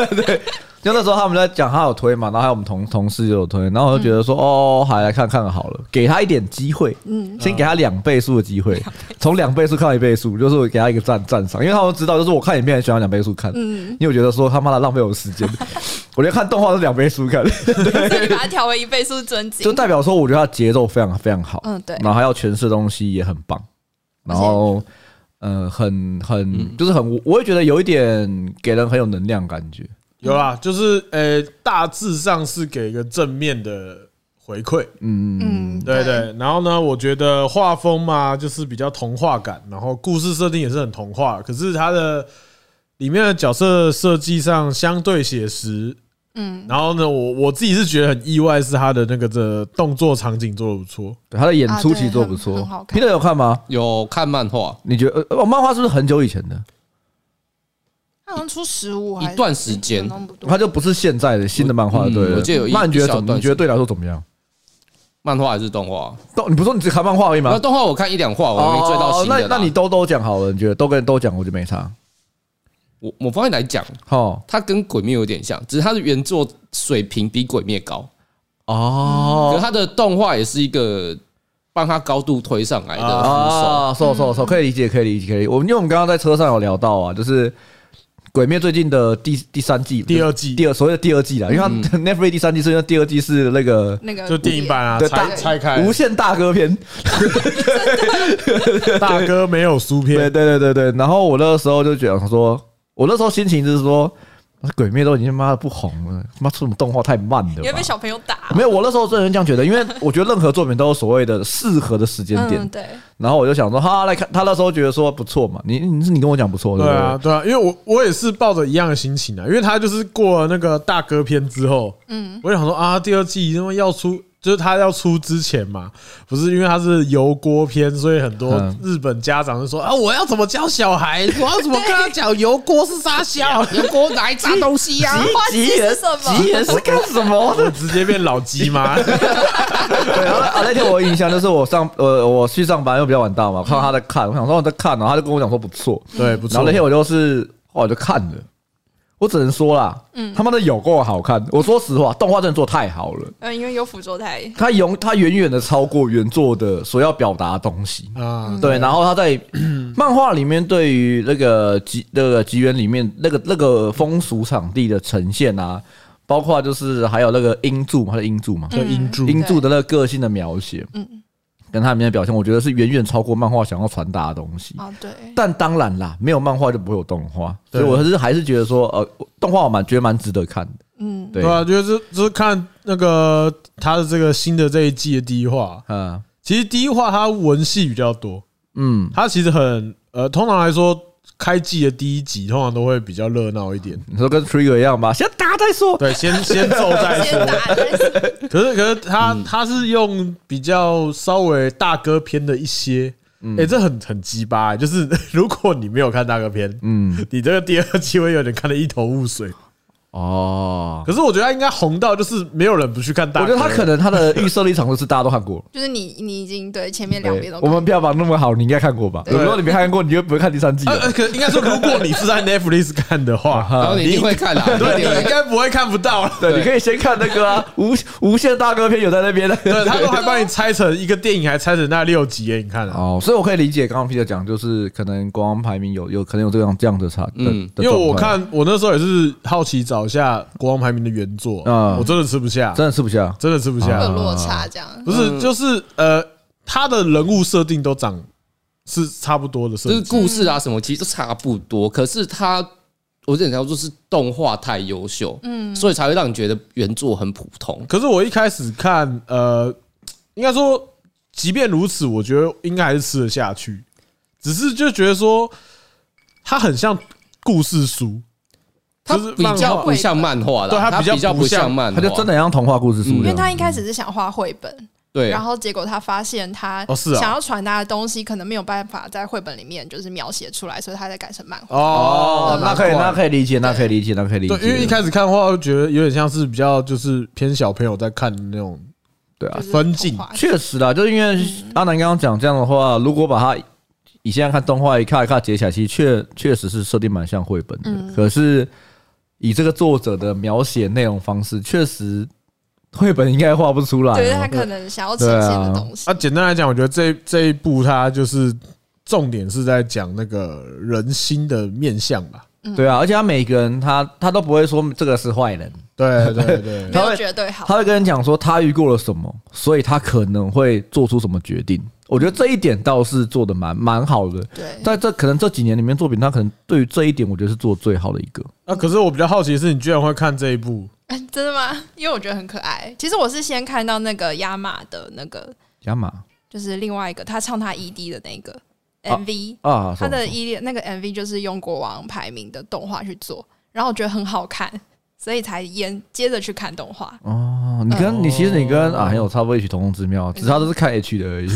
Speaker 3: 就那时候他们在讲他有推嘛，然后还有我们同同事也有推，然后我就觉得说、哦，还来看看好了，给他一点机会，嗯，先给他两倍速的机会，从两倍速看到一倍速，就是我给他一个赞赞赏，因为他们知道就是我看影片很喜欢两倍速看，嗯，因为我觉得说他妈的浪费我时 间，我连看动画都两倍速看，
Speaker 1: 所以你把它调为一倍速尊
Speaker 3: 就
Speaker 1: 敬。
Speaker 3: 代表说我觉得他节奏非常非常好，
Speaker 1: 嗯对
Speaker 3: 然后他要诠释的东西也很棒，然后。呃，很
Speaker 2: 嗯
Speaker 3: 很就是很，我也觉得有一点给人很有能量感觉。
Speaker 4: 有啦，就是呃，大致上是给一个正面的回馈，
Speaker 1: 嗯，
Speaker 4: 对对。然后呢，我觉得画风嘛，就是比较童话感，然后故事设定也是很童话，可是它的里面的角色设计上相对写实。嗯，然后呢，我我自己是觉得很意外，是他的那个这动作场景做的不错，
Speaker 3: 对，他的演出
Speaker 1: 啊对
Speaker 3: 其实做得不
Speaker 1: 很
Speaker 3: 错
Speaker 1: 很好。看
Speaker 3: Peter 有看吗？
Speaker 2: 有看漫画
Speaker 3: 你觉得呃，哦漫画是不是很久以前的？
Speaker 1: 它好像出十五
Speaker 2: 一段时间，
Speaker 3: 它就不是现在的新的漫画，
Speaker 2: 嗯
Speaker 3: 对了。
Speaker 2: 我记得有一
Speaker 3: 那你觉得
Speaker 2: 一小
Speaker 3: 怎么？
Speaker 2: 段
Speaker 3: 你觉得对你来说怎么样？
Speaker 2: 漫画还是动画？
Speaker 3: 都你不是说你只看漫画而已
Speaker 2: 那
Speaker 3: 吗？
Speaker 2: 动画我看一两话，我还没追到
Speaker 3: 哦
Speaker 2: 新的
Speaker 3: 那
Speaker 2: 啦。
Speaker 3: 那你都都讲好了，你觉得都跟都讲，我就没差。
Speaker 2: 我某方面来讲，
Speaker 3: 哦
Speaker 2: 它跟鬼灭有点像，只是它的原作水平比鬼灭高，可是
Speaker 3: 哦
Speaker 2: 它的动画也是一个帮它高度推上来的扶手。
Speaker 1: 嗯
Speaker 3: 啊啊，瘦瘦瘦，可以理解，可以理解，可以理解。我们因为我们刚刚在车上有聊到啊，就是鬼灭》最近的第第三季、
Speaker 4: 第二季
Speaker 3: 第二所谓的第二季啦，因为它 Netflix 第三季是因为第二季是那个
Speaker 1: 嗯那个
Speaker 4: 就电影版啊，
Speaker 3: 对
Speaker 4: 拆
Speaker 3: 大
Speaker 4: 拆开，
Speaker 3: 无限大哥篇，
Speaker 4: 大哥没有输
Speaker 3: 对
Speaker 4: 片，
Speaker 3: 对对对对。然后我那个时候就觉得说，我那时候心情就是说，鬼灭都已经妈的不红了，妈出什么动画太慢了
Speaker 1: 你会被
Speaker 3: 吧。
Speaker 1: 小朋友打。
Speaker 3: 没有，我那时候真的这样觉得，因为我觉得任何作品都有所谓的适合的时间
Speaker 1: 嗯，
Speaker 3: 点。
Speaker 1: 对，
Speaker 3: 然后我就想说，哈，来看他那时候觉得说不错嘛，你你是你跟我讲不错，对
Speaker 4: 对
Speaker 3: 不
Speaker 4: 啊，
Speaker 3: 对？
Speaker 4: 对啊，因为我我也是抱着一样的心情啊，因为他就是过了那个大哥篇之后，嗯，我就想说啊，第二季因为要出，就是他要出之前嘛，不是因为他是油锅篇，所以很多
Speaker 3: 嗯
Speaker 4: 日本家长就说啊，我要怎么教小孩，我要怎么跟他讲油锅是啥小，油锅拿来炸东西
Speaker 2: 啊
Speaker 4: 呀、
Speaker 1: 吉吉原是 什么
Speaker 3: 吉原是干什 么的
Speaker 4: 我？直接变老鸡妈，
Speaker 3: 对，然后啊，那天我有印象就是我上呃我去上班又比较晚到嘛，看到他在看，我想说我在看，然后他就跟我讲说嗯不错，
Speaker 4: 对，不
Speaker 3: 然
Speaker 4: 错
Speaker 3: 后那。天我就是后来就看了，我只能说啦，他妈的有够好看。我说实话，动画真的做太好了，
Speaker 1: 嗯，因为有辅佐台，
Speaker 3: 它永它远远的超过原作的所要表达的东西。
Speaker 4: 啊，
Speaker 3: 对，然后他 在漫画里面对于那个吉那个吉原里面那个那个风俗场地的呈现啊，包括就是还有那个英柱嘛，他的英柱嘛，
Speaker 1: 嗯
Speaker 4: 对音柱，
Speaker 3: 英柱的那个个性的描写，嗯，跟他里面的表现，我觉得是远远超过漫画想要传达的东西。
Speaker 1: 哦，对，
Speaker 3: 但当然啦，没有漫画就不会有动画，所
Speaker 4: 对
Speaker 3: 以我还是还是觉得说，呃，动画我蛮觉得蛮值得看的。
Speaker 1: 嗯，
Speaker 3: 对
Speaker 4: 对啊，就是就是看那个他的这个新的这一季的第一话，
Speaker 3: 嗯
Speaker 4: 其实第一话它文戏比较多，
Speaker 3: 嗯
Speaker 4: 它其实很呃，通常来说，开季的第一集通常都会比较热闹一点。
Speaker 3: 你说跟 Trigger 一样吧，先打再说。
Speaker 4: 对，先先奏再
Speaker 1: 先
Speaker 4: 说。
Speaker 1: 打人
Speaker 4: 可是可是他他是用比较稍微大哥篇的一些，哎，这很很鸡巴、欸，就是 如果你没有看大哥篇，
Speaker 3: 嗯，
Speaker 4: 你这个第二季会有点看得一头雾水。
Speaker 3: 哦，
Speaker 4: 可是我觉得他应该红到就是没有人不去看
Speaker 3: 我
Speaker 4: 大
Speaker 3: 觉
Speaker 4: 哥，
Speaker 3: 得他可能他的预设立场就是大家都看过了。
Speaker 1: 就是你，你已经对前面两
Speaker 3: 对
Speaker 1: 边，都
Speaker 3: 我
Speaker 1: 看
Speaker 3: 们票房那么好，你应该看过吧？
Speaker 4: 对
Speaker 3: 如果你没看过，你就不会看第三季
Speaker 4: 呃呃，
Speaker 3: 了。
Speaker 4: 可应该说，如果你是在 Netflix 看的话，
Speaker 2: 然后你一定会看啦，
Speaker 4: 对，
Speaker 2: 你
Speaker 4: 哦你
Speaker 2: 一定会
Speaker 4: 应
Speaker 2: 看
Speaker 4: 该不会看不到了。
Speaker 3: 对，你可以先看那个 啊，无无限大哥篇有在那边的。
Speaker 4: 对，他都还帮你拆成一个电影，还拆成那六集耶，你看 啊。
Speaker 3: 哦，所以我可以理解刚刚 Peter 讲，就是可能国王排名有有可能有这样这样的差，嗯
Speaker 2: 嗯，
Speaker 3: 的
Speaker 4: 因为我
Speaker 3: 状态
Speaker 4: 看我那时候也是好奇找一下国王排名的原作，
Speaker 3: 嗯
Speaker 4: 我真的吃不下，
Speaker 3: 真的吃不下，啊
Speaker 4: 真的吃不
Speaker 1: 会有
Speaker 4: 下，
Speaker 1: 落差这样。
Speaker 4: 不是就是呃，他的人物设定都长是差不多的设
Speaker 2: 就是
Speaker 4: 定，
Speaker 2: 故事啊什么，其实都差不多。可是它，我只能说就是动画太优秀，嗯，所以才会让你觉得原作很普通。
Speaker 4: 可是我一开始看呃，应该说即便如此，我觉得应该还是吃得下去，只是就觉得说它很像故事书，
Speaker 2: 它
Speaker 4: 就是
Speaker 2: 比
Speaker 4: 漫
Speaker 2: 较
Speaker 4: 画
Speaker 2: 不像漫画啦，
Speaker 4: 对它
Speaker 2: 它
Speaker 4: 比较
Speaker 2: 较
Speaker 4: 不
Speaker 2: 不
Speaker 4: 像
Speaker 2: 像漫
Speaker 3: 他
Speaker 2: 画，
Speaker 3: 就真的很像童话故事书
Speaker 2: 嗯
Speaker 1: 因
Speaker 3: 这
Speaker 1: 为
Speaker 3: 样。
Speaker 1: 他一开始是想画绘本，
Speaker 2: 对，
Speaker 1: 然后结果他发现他
Speaker 4: 哦是啊
Speaker 1: 想要传达的东西可能没有办法在绘本里面就是描写出来，所以他才改成漫画。
Speaker 3: 哦，那可以，
Speaker 2: 难怪
Speaker 3: 那可以理解，那可以理解，那可以理解。
Speaker 4: 对，因为一开始看的话，会觉得有点像是比较就是偏小朋友在看的那种，
Speaker 3: 对啊
Speaker 1: 就，是
Speaker 4: 分镜
Speaker 1: 童话
Speaker 3: 确实啦，就是因为阿南刚刚讲这样的话，如果把它以现在看动画一看一看截起来，其实确确实是设定蛮像绘本
Speaker 1: 嗯
Speaker 3: 的。可是以这个作者的描写内容方式，确实绘本应该画不出来哦。
Speaker 1: 对，他可能想要呈现的东西
Speaker 4: 啊。。简单来讲，我觉得这这一部它就是重点是在讲那个人心的面相吧。
Speaker 1: 嗯
Speaker 3: 对啊，而且他每个人他他都不会说这个是坏人，
Speaker 4: 对对对
Speaker 1: 没
Speaker 3: 他
Speaker 1: 有
Speaker 3: 会
Speaker 1: 绝对好，
Speaker 3: 他会跟你讲说他遇过了什么，所以他可能会做出什么决定。我觉得这一点倒是做的蛮蛮好的。
Speaker 1: 对，
Speaker 3: 在这可能这几年里面作品，他可能对于这一点，我觉得是做最好的一个。
Speaker 4: 啊，可是我比较好奇的是，你居然会看这一部，
Speaker 1: 真的吗？因为我觉得很可爱。其实我是先看到那个亚马的那个，
Speaker 3: 亚马
Speaker 1: 就是另外一个他唱他 ED 的那个 MV，、
Speaker 3: 啊，
Speaker 1: 他的
Speaker 3: 什么
Speaker 1: ED 那个 MV 就是用国王排名的动画去做，然后我觉得很好看， 所以才沿接着去看动画。
Speaker 3: 哦，你跟你其实你跟啊很有差不多异曲同工之妙，只是他都是看 H 的而已。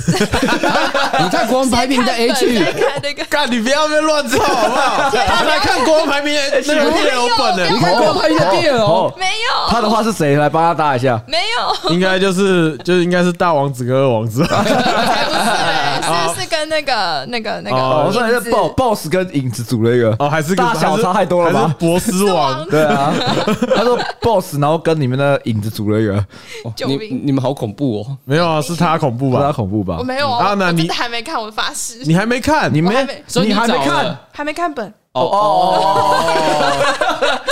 Speaker 2: 你看国王排名的
Speaker 1: 先看
Speaker 2: H，
Speaker 1: 本再看那个
Speaker 4: 干你不要被乱抄好不 好？他在看国王排名
Speaker 3: 哎
Speaker 4: 那个电有本的、
Speaker 2: 你看国王排名的电哦，
Speaker 1: 没有
Speaker 3: 他的话是谁来帮他搭一下？
Speaker 1: 没有，
Speaker 4: 应该就是就是应该是大王子跟二王子吧。
Speaker 1: 才不是、欸，是是跟那个那个那个
Speaker 3: 哦，
Speaker 4: 哦
Speaker 1: 影子，
Speaker 3: 所以是 boss boss 跟影子组了一个
Speaker 4: 哦，还是
Speaker 3: 大小差太多了
Speaker 4: 还是
Speaker 3: 吧？
Speaker 4: 波斯王
Speaker 1: 王
Speaker 3: 对啊， 他说 boss，然后跟你们的影子组了一个，
Speaker 1: 救
Speaker 2: 你
Speaker 1: 命！
Speaker 2: 你们好恐怖哦！
Speaker 4: 没有啊？是他恐怖
Speaker 3: 不大
Speaker 4: 吧？
Speaker 3: 恐怖吧
Speaker 1: 我？没有
Speaker 4: 啊
Speaker 1: 啊，我
Speaker 4: 那
Speaker 1: 我
Speaker 4: 你
Speaker 1: 真的还没看，我发誓，
Speaker 4: 你还没看？
Speaker 3: 你
Speaker 1: 我还
Speaker 3: 没
Speaker 1: 没，
Speaker 2: 所以
Speaker 3: 你还没
Speaker 2: 找
Speaker 3: 看
Speaker 2: 了
Speaker 1: 还没看本，
Speaker 2: 哦哦，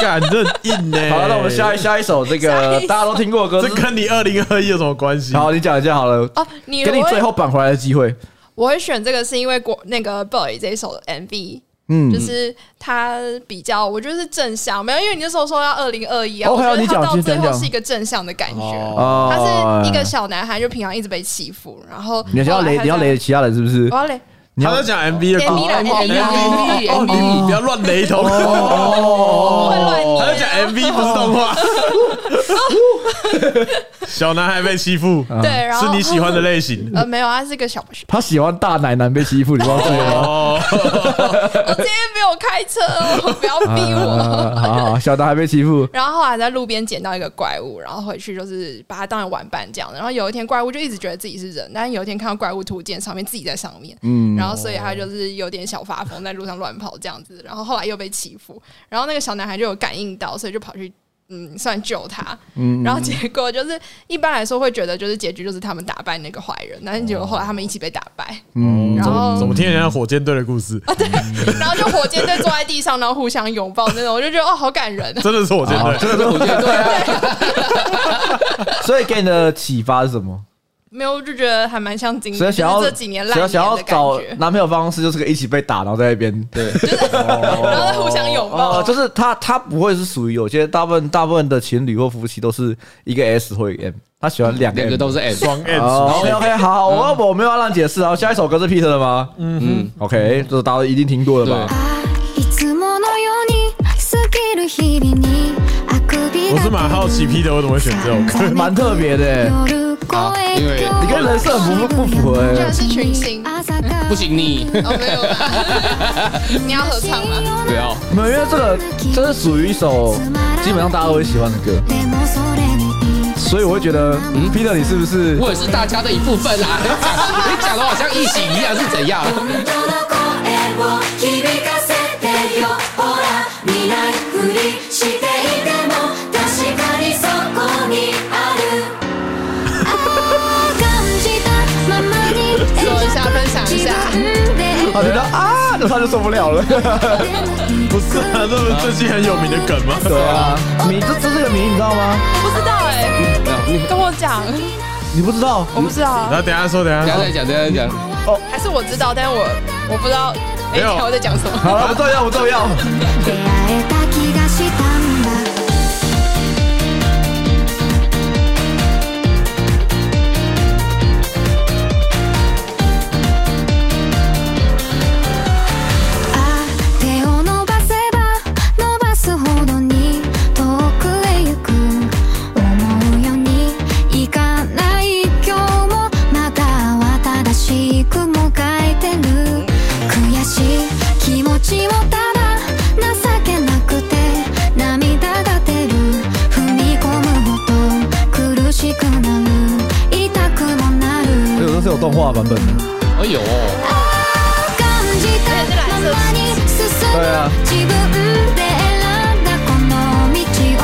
Speaker 4: 敢这很硬呢？
Speaker 3: 好了，那我们下一下一首这个
Speaker 1: 下一首
Speaker 3: 大家都听过的歌，
Speaker 4: 这跟你二零二一有什么关系？
Speaker 3: 好，你讲一下好了，
Speaker 1: 哦，你
Speaker 3: 给你
Speaker 1: 我会
Speaker 3: 最后扳回来的机会。
Speaker 1: 我会选这个是因为国那个 boy 这一首的 MV。
Speaker 3: 嗯
Speaker 1: 就是他比较，我觉得是正向，没有，因为你那时候说要二零二一啊，
Speaker 3: 哦
Speaker 1: 我
Speaker 3: 还有
Speaker 1: 觉得
Speaker 3: 你
Speaker 1: 他
Speaker 3: 讲
Speaker 1: 到
Speaker 3: 先
Speaker 1: 最
Speaker 3: 讲
Speaker 1: 后
Speaker 3: 讲
Speaker 1: 是一个正向的感觉。
Speaker 3: 哦
Speaker 1: 他是一个小男孩，就平常一直被欺负，然后哦
Speaker 3: 你要
Speaker 1: 后来
Speaker 3: 雷，
Speaker 1: 他
Speaker 3: 你要
Speaker 1: 在
Speaker 3: 雷，其他人是不是
Speaker 1: 我？要雷
Speaker 3: 你
Speaker 4: 他
Speaker 3: 要
Speaker 4: 在讲 MV 的故
Speaker 1: ，MV
Speaker 4: 事
Speaker 1: 啦，MV
Speaker 4: 哦，
Speaker 1: 啦
Speaker 4: 你不要乱雷同。
Speaker 1: 不会乱
Speaker 4: 哦他在
Speaker 1: 念
Speaker 4: 讲哎 MV 不是动画。小男孩被欺负，
Speaker 1: 对，然后
Speaker 4: 是你喜欢的类型。
Speaker 1: 呃，没有，他是一个小，我
Speaker 3: 他喜欢大奶男被欺负，你忘记了吗？
Speaker 4: 哦，
Speaker 1: 今天没有开车哦，不要逼 我。
Speaker 3: 啊，好好小男孩被欺负，
Speaker 1: 然后后来在路边捡到一个怪物，然后回去就是把它当成玩伴这样的。然后有一天怪物就一直觉得自己是人，但是有一天看到怪物图鉴上面自己在上面，然后所以他就是有点小发疯，在路上乱跑这样子。然后后来又被欺负，然后那个小男孩就有感应到，所以就跑去。嗯，算救他，然后结果就是一般来说会觉得就是结局就是他们打败那个坏人，但是结果后来他们一起被打败，
Speaker 3: 嗯
Speaker 1: 然后
Speaker 4: 怎么听人家火箭队的故事？
Speaker 1: 然后就火箭队坐在地上，然后互相拥抱那种，我就觉得哦，好感人。
Speaker 4: 哦真的是火箭队。
Speaker 2: 这个我觉得对啊，
Speaker 3: 所以给你的启发是什么？
Speaker 1: 没有，我就觉得还蛮像经历，
Speaker 3: 所以想要
Speaker 1: 就是这几年烂
Speaker 3: 所以
Speaker 1: 年
Speaker 3: 想要
Speaker 1: 的感
Speaker 3: 找
Speaker 1: 觉，
Speaker 3: 男朋友方式就是个一起被打，然后在那边对，
Speaker 1: 然后再互相拥抱，
Speaker 3: 哦，就是他他不会是属于有些大部分大部分的情侣或夫妻都是一个 S 或一个 M，他喜欢两个
Speaker 2: 两
Speaker 3: M
Speaker 2: 个都是 S，
Speaker 4: 双 N
Speaker 3: 哦
Speaker 4: 双
Speaker 3: OK
Speaker 4: N
Speaker 3: OK，好，好我我没有要让你解释啊。下一首歌是 Peter 的吗？嗯嗯，OK，这大家一定听过的吧？
Speaker 6: いつものように過ぎる日々にあくび
Speaker 4: 我
Speaker 6: が
Speaker 4: 是蛮好奇 Peter 为什么会选这首歌。
Speaker 3: 蛮特别的欸，
Speaker 6: 夜声
Speaker 2: 因为
Speaker 3: 你跟人设不不符合
Speaker 1: 居
Speaker 3: 欸
Speaker 1: 然。是群星，
Speaker 6: 朝が
Speaker 2: 不行你
Speaker 1: 哦没有 啦，你要合唱吗？
Speaker 2: 不要，
Speaker 3: 没有，因为这个这是属于一首基本上大家都会喜欢的歌，
Speaker 6: でもそれに
Speaker 3: 所以我会觉得，嗯，Peter 你是不是？
Speaker 2: 我也是大家的一部分啦。你讲的好像异形一样是怎样？
Speaker 6: 本当の声を響かせてよほら見ないふりしていても確かにそこにあるあー感じたままに
Speaker 1: 做一下分享一
Speaker 6: 自
Speaker 1: 下，
Speaker 6: 分で
Speaker 3: 他觉得啊，他就受不了了。
Speaker 4: 不是啊，这不是最近很有名的梗吗？
Speaker 3: 对啊，谜这这是个谜，你知道吗？
Speaker 1: 不知道哎，跟我讲，
Speaker 3: 你不知道？
Speaker 1: 我不知道
Speaker 3: 嗯
Speaker 4: 然，后等一下说，等
Speaker 2: 等
Speaker 4: 一
Speaker 2: 一
Speaker 4: 下
Speaker 2: 下
Speaker 4: 说
Speaker 2: 再。讲，等一下再讲。
Speaker 1: 还是我知道，但是我我不知道，哎，
Speaker 4: 没有
Speaker 1: 看我在讲什么？
Speaker 3: 好了，不重要，不重要。
Speaker 6: 出会えた気がしたんだあ「手を伸ばせば伸ばすほどに遠くへ行く」「思うようにいかない今日もまたは正しくもがいてる」「悔しい気持ちをただ情けなくて涙が出る」「踏み込むほど苦しくなる」「痛くもな
Speaker 3: 这首歌
Speaker 6: る」
Speaker 3: 是有动画版本的。
Speaker 2: 哎呦，
Speaker 6: 「感じたままに進む
Speaker 3: 对啊，
Speaker 6: 自分で選んだこの道を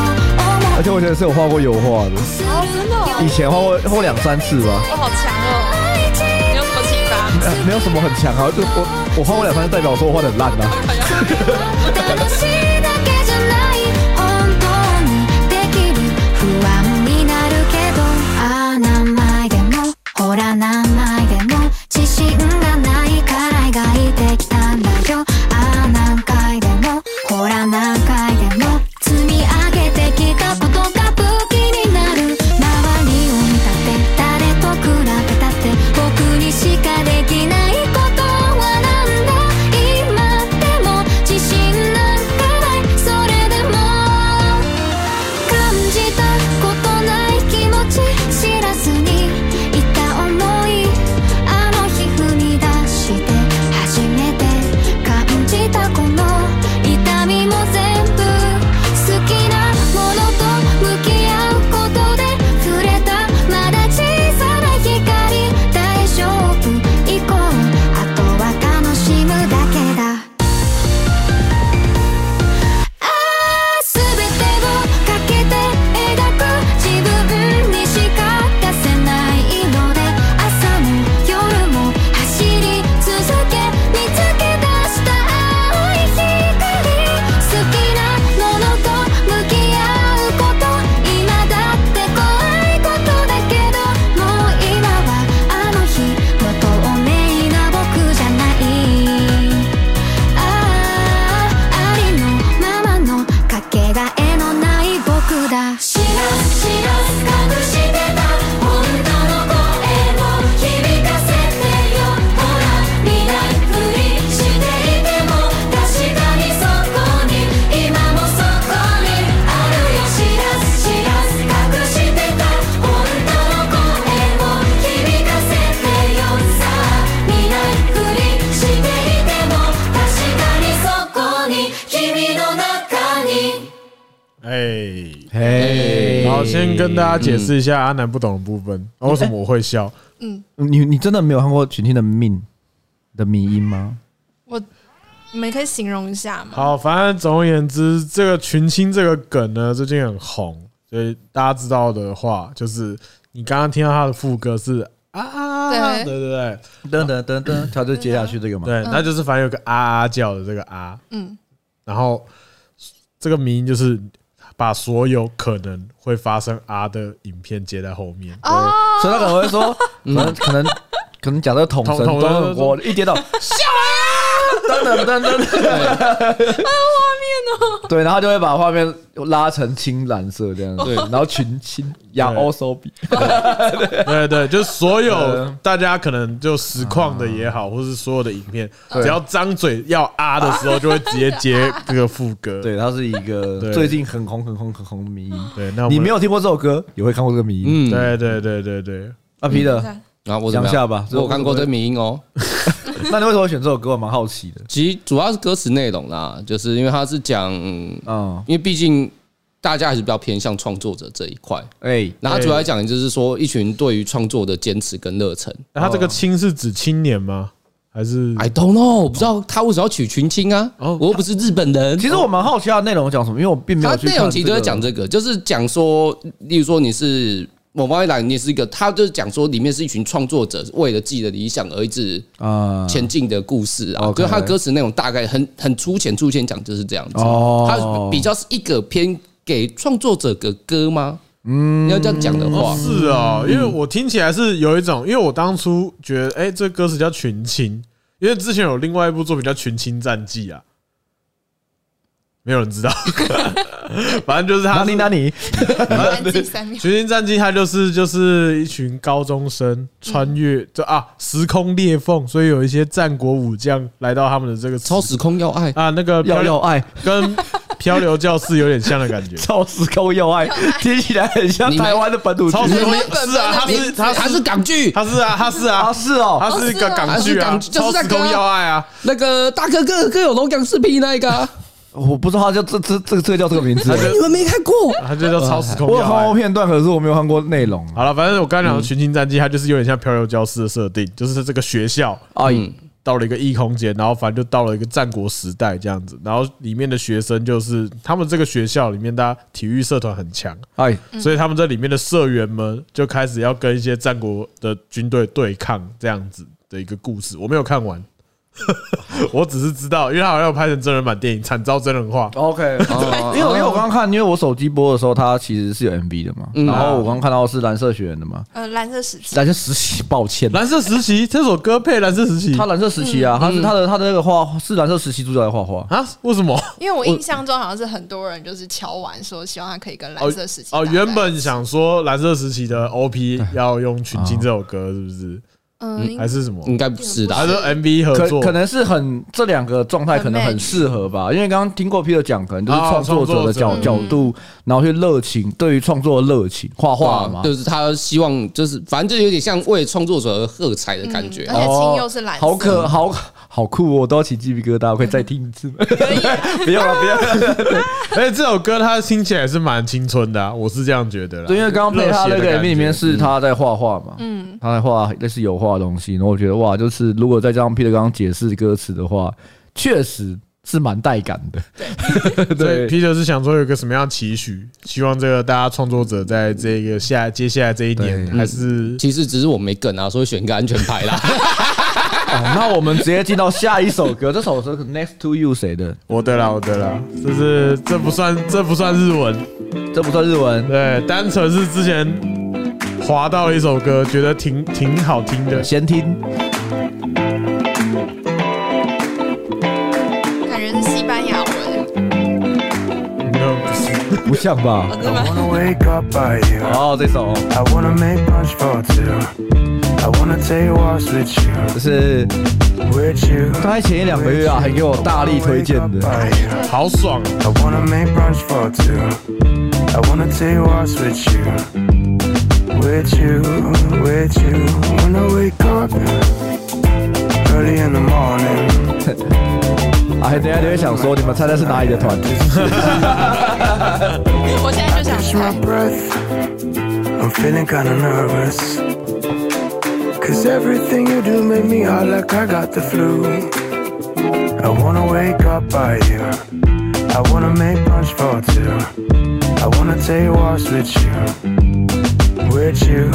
Speaker 3: 而且我觉得是有画过油画的，
Speaker 6: 思う
Speaker 3: 以前画过画过两三次 吧。
Speaker 1: 我好强哦，你有什么启发？
Speaker 3: 呃没有什么很强啊，就我我画过两三次，代表我说我画的很烂啊。
Speaker 6: 楽しいだけじゃない本当にできる不安になるけどああ何枚でもほら何枚でも自信がないから描いてきたんだよああ何回でもほら何回でも積み上げてきたことが武器になる周りを見たって誰と比べたって僕にしかできないことはなんだ今でも自信
Speaker 5: 君の中に
Speaker 4: 哎，
Speaker 3: 嘿，
Speaker 4: 好，先跟大家解释一下阿南不懂的部分，啊为什么我会笑？
Speaker 3: 你你真的没有看过群听的命的迷音吗？
Speaker 1: 我你们可以形容一下吗？
Speaker 4: 好，反正总而言之，这个群青这个梗呢，最近很红，所以大家知道的话，就是你刚刚听到他的副歌是啊啊，
Speaker 1: 对
Speaker 4: 对对对
Speaker 3: 噔噔噔噔，他就接下去这个嘛。
Speaker 4: 对，那就是反正有个啊啊叫的这个啊，
Speaker 1: 嗯，
Speaker 4: 然后这个名就是把所有可能会发生啊的影片接在后面，
Speaker 1: 哦，
Speaker 3: 所以他可能会说，可能可能可能讲这个统神
Speaker 4: 统统
Speaker 3: 都我一 跌倒笑啊，等等等 等，对，然后就会把画面拉成青蓝色这样子，
Speaker 2: 对
Speaker 3: 然后群青亚
Speaker 4: 对
Speaker 3: 欧手比，
Speaker 4: 对对，就是所 有呃啊
Speaker 3: 嗯
Speaker 4: 大家可能就实况的也好，或是所有的影片，只要张嘴要啊的 时候，就会直接接这个副歌。
Speaker 3: 对，它是一个
Speaker 4: 对
Speaker 3: 最近很红很红很红的迷音。
Speaker 4: 对，那我们
Speaker 3: 你没有听过这首歌，也会看过这个迷啊
Speaker 2: 嗯，
Speaker 3: 音。
Speaker 4: 对对对对对，
Speaker 3: 阿皮的，
Speaker 2: 然后我怎么
Speaker 3: 讲
Speaker 2: 样
Speaker 3: 下吧
Speaker 2: 我有看过这迷音哦，
Speaker 3: 那你为什么会选这首歌？我蛮好奇的。
Speaker 2: 其实主要是歌词内容啦，就是因为它是讲，
Speaker 3: 嗯，
Speaker 2: 因为毕竟大家还是比较偏向创作者这一块。
Speaker 3: 哎，
Speaker 2: 然后它主要讲就是说一群对于创作的坚持跟热忱。
Speaker 4: 那啊他这
Speaker 3: 哦
Speaker 4: 个青是指青年吗？还是
Speaker 2: I don't know，我不知道他为什么要取群青啊？我又不是日本人。
Speaker 3: 其实我蛮好奇它的内容讲什么，因为我并没
Speaker 2: 他
Speaker 3: 有去
Speaker 2: 内
Speaker 3: 看
Speaker 2: 容其实都在讲这个，就是讲说，例如说你是某方面来，你是一个，他就是讲说里面是一群创作者为了自己的理想而一直
Speaker 3: 啊，
Speaker 2: 前进的故事啊，
Speaker 3: OK
Speaker 2: 就是他的歌词内容大概很很粗浅，粗浅讲就是这样子。
Speaker 3: 哦
Speaker 2: 他比较是一个偏给创作者的歌吗？嗯，要这样讲的话
Speaker 4: 哦，是
Speaker 3: 嗯
Speaker 4: 哦，因为我听起来是有一种，因为我当初觉得，哎，这歌词叫群青，因为之前有另外一部作品叫《群青战记》啊，没有人 知道，反正就是他
Speaker 3: 哪
Speaker 4: 是
Speaker 3: 里哪里，
Speaker 1: 安静三秒。
Speaker 4: 群星战机，它就是就是一群高中生穿越这啊时空裂缝，所以有一些战国武将来到他们的这个
Speaker 2: 超时空要爱，
Speaker 4: 啊那个
Speaker 3: 要
Speaker 4: 漂
Speaker 3: 要
Speaker 4: 流
Speaker 3: 爱，。
Speaker 4: 跟漂流教室有点像的感觉
Speaker 3: 超时空要爱，听起来很像
Speaker 2: 你们
Speaker 3: 台湾的本土剧
Speaker 4: 超时空
Speaker 2: 你们
Speaker 4: 是啊，他是他
Speaker 2: 他是港剧，
Speaker 4: 他是啊他是
Speaker 3: 啊，
Speaker 4: 啊
Speaker 3: 是哦，
Speaker 4: 他是一个港
Speaker 2: 哦是
Speaker 4: 剧
Speaker 2: 啊是
Speaker 4: 啊，
Speaker 2: 港
Speaker 4: 超
Speaker 2: 就是那
Speaker 4: 时
Speaker 2: 个
Speaker 4: 空
Speaker 2: 啊
Speaker 4: 要爱啊，
Speaker 2: 那个大哥哥哥有龙港视频那一个啊，
Speaker 3: 我不知道它叫这这这这个叫这个名字，
Speaker 2: 你们没看过？
Speaker 4: 他就叫
Speaker 2: 呃
Speaker 4: 超时空
Speaker 3: 我有
Speaker 4: 要
Speaker 3: 看过
Speaker 4: 爱。
Speaker 3: 片段，可是我没有看过内容。
Speaker 4: 好了，反正我刚
Speaker 2: 嗯
Speaker 4: 才讲的群星战机，它就是有点像漂流教室的设定，就是这个学校
Speaker 3: 哎，
Speaker 4: 到了一个异空间，然后反正就到了一个战国时代这样子，然后里面的学生就是他们这个学校里面，大家体育社团很强，
Speaker 3: 哎，
Speaker 4: 所以他们这里面的社员们就开始要跟一些战国的军队对抗这样子的一个故事。我没有看完， 我只是知道，因为他好像有拍成真人版电影，惨遭真人化。
Speaker 3: OK，因为 因为我刚看，因为我手机播的时候，它其实是有 MV 的嘛，然后我刚看到是蓝色学员的嘛，
Speaker 1: 呃，蓝色时期，
Speaker 3: 嗯蓝色时期，抱歉，
Speaker 4: 蓝色时期这首歌配蓝色时期
Speaker 3: 他蓝色时期啊，他是他的他的那个画是蓝色时期主角在画画，
Speaker 4: 啊？为什么？
Speaker 1: 因为我印象中好像是很多人就是敲完说希望他可以跟蓝色时期搭
Speaker 4: 哦，
Speaker 1: 在
Speaker 4: 原本想说蓝色时期的 OP 要用《群青》这首歌，是不是？
Speaker 1: 嗯应
Speaker 4: 还是什么？
Speaker 2: 应该不是
Speaker 4: 还
Speaker 2: 的，
Speaker 4: 是 MV 合
Speaker 3: 可
Speaker 4: 作？
Speaker 3: 可能是很这两个状态可能很
Speaker 1: match
Speaker 3: 适合吧，因为刚刚听过 Peter 讲，可能就是
Speaker 4: 啊
Speaker 3: 哦创作者的角
Speaker 4: 创
Speaker 3: 角
Speaker 4: 作
Speaker 3: 度，然后去热情，对于创作的热情，画画嘛，
Speaker 2: 就是他希望，就是反正就有点像为创作者而喝彩的感觉
Speaker 3: 啊
Speaker 1: 嗯。而且青又是蓝色，
Speaker 3: 好可好好酷哦！我都要起鸡皮疙瘩，我可以再听一次吗？ 不要了，不要了。
Speaker 4: 而且哎这首歌它听起来是蛮青春的、啊，我是这样觉得啦。
Speaker 3: 对，因为刚刚配他那
Speaker 4: 热血的
Speaker 3: 个
Speaker 4: 感
Speaker 3: MV
Speaker 4: 觉
Speaker 3: 里面是他在画画嘛，嗯，他在画类似油画的东西，然后我觉得哇，就是如果再加上 Peter 刚刚解释歌词的话，确实是蛮带感的。
Speaker 4: 对
Speaker 3: 对
Speaker 4: Peter 是想说有个什么样的期许，希望这个大家创作者在这个下接下来这一年
Speaker 3: 对
Speaker 4: 还是
Speaker 2: 其实只是我没梗啊，所以选一个安全牌啦。
Speaker 3: 哦那我们直接进到下一首歌，这首歌是 Next to You 谁的？
Speaker 4: 我的啦，我的啦，这是这不算这不算日文，
Speaker 3: 这不算日文，
Speaker 4: 对，单纯是之前滑到了一首歌，觉得挺挺好听的，
Speaker 3: 先听。
Speaker 1: 感觉是西班牙文，
Speaker 4: 那不是
Speaker 3: 不像吧？
Speaker 1: 哦真的吗？
Speaker 7: wanna wake up by you.
Speaker 3: 哦，这首
Speaker 7: I wanna make punch for two. I wanna take walks with you,
Speaker 3: 就是。
Speaker 7: with you.
Speaker 3: 大概前一两个月啊，还给我大力推荐的。
Speaker 7: I
Speaker 4: 好爽哦，
Speaker 7: wanna make punch for two. I wanna take walks with you, with you, with you. Wanna wake up early in the morning.
Speaker 3: 哎，等一下你会想说，你们猜猜是哪里的团？
Speaker 1: 我现在就想
Speaker 7: catch my
Speaker 1: 猜，
Speaker 7: breath. I'm feeling kinda nervous. Cause everything you do make me hot like I got the flu. I wanna wake up by you. I wanna make punch for two. I wanna take walks with you. With you,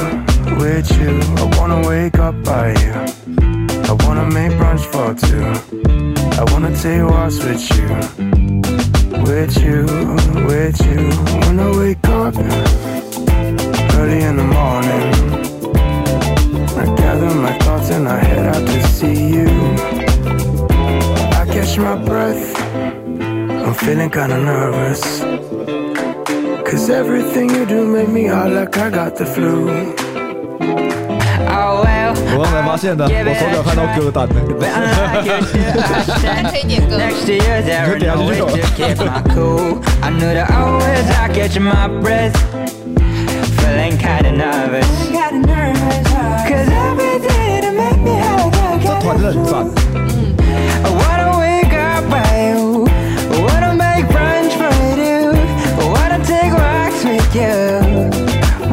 Speaker 7: with you. I wanna wake up by you. I wanna make brunch for two. I wanna take walks with you. With you, with you. When I wake up early in the morning. I gather my thoughts and I head out to see you. I catch my breath, I'm feeling kinda nervous. Cause everything you do make me hot like I got the flu.
Speaker 3: 我刚才发现的，我手表看到歌单了。
Speaker 1: 来推一点歌。
Speaker 8: Next to you, there are no way to keep my cool. I knew that always I catch my breath. Feeling kinda nervous. Cause every day they make me hot like I got
Speaker 3: 这团
Speaker 8: the
Speaker 3: 真的很赞，
Speaker 8: I wanna wake up by you. I wanna make brunch for you. I wanna take walks with you.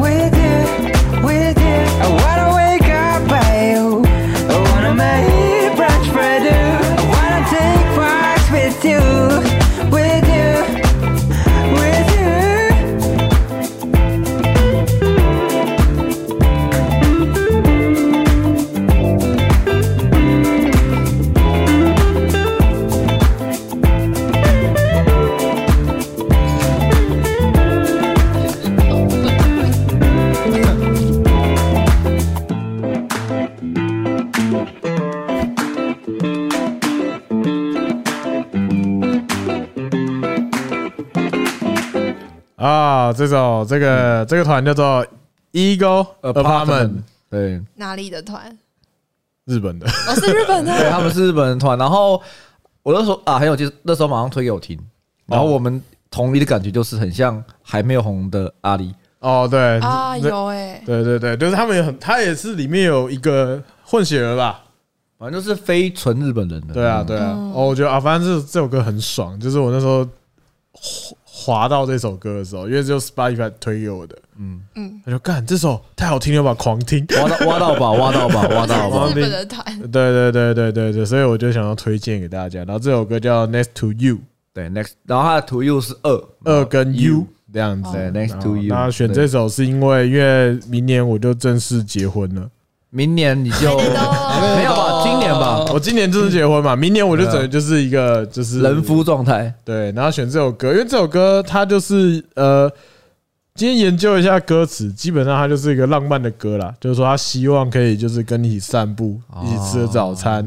Speaker 8: With you, with you. I wanna wake up by you. I wanna make brunch for you. I wanna take walks with you. With you, with you.
Speaker 4: 啊，这首这个这个团叫做 Eagle Apartment，
Speaker 3: 对，
Speaker 1: 哪里的团？
Speaker 4: 日本的。
Speaker 1: 我是日本
Speaker 3: 对，
Speaker 1: 的，
Speaker 3: 他们是日本人团。然后我那时候啊很有劲，那时候马上推给我听，然后我们同一的感觉就是很像还没有红的阿里，
Speaker 4: 哦，对
Speaker 1: 啊，
Speaker 4: 对
Speaker 1: 有哎，
Speaker 4: 对对对，就是他们也很，他也是里面有一个混血儿吧？
Speaker 3: 反正就是非纯日本人的。
Speaker 4: 对啊，对啊。哦，我觉得啊，反正这这首歌很爽，就是我那时候滑滑到这首歌的时候，因为只有 Spotify 推给我的，嗯嗯，他就干这首太好听了吧，狂听。
Speaker 3: 挖到挖到宝，挖到宝，挖到宝。
Speaker 1: 日本的团。
Speaker 4: 对对对对对对，所以我就想要推荐给大家。然后这首歌叫《Next to You》，
Speaker 3: 对，next，然后他的图又是二
Speaker 4: 二跟 U 这样子。
Speaker 3: 对
Speaker 4: 然
Speaker 3: ，next
Speaker 4: 后
Speaker 3: to you。
Speaker 4: 那选这
Speaker 3: 对，
Speaker 4: 首是因为，因为明年我就正式结婚了。
Speaker 3: 明年你就没有吧？今年吧，
Speaker 4: 我今年正式结婚嘛，明年我就整个就是一个就是
Speaker 3: 人夫状态。
Speaker 4: 对，然后选这首歌，因为这首歌它就是呃，今天研究一下歌词，基本上它就是一个浪漫的歌啦，就是说他希望可以就是跟你一起散步，一起吃个早餐，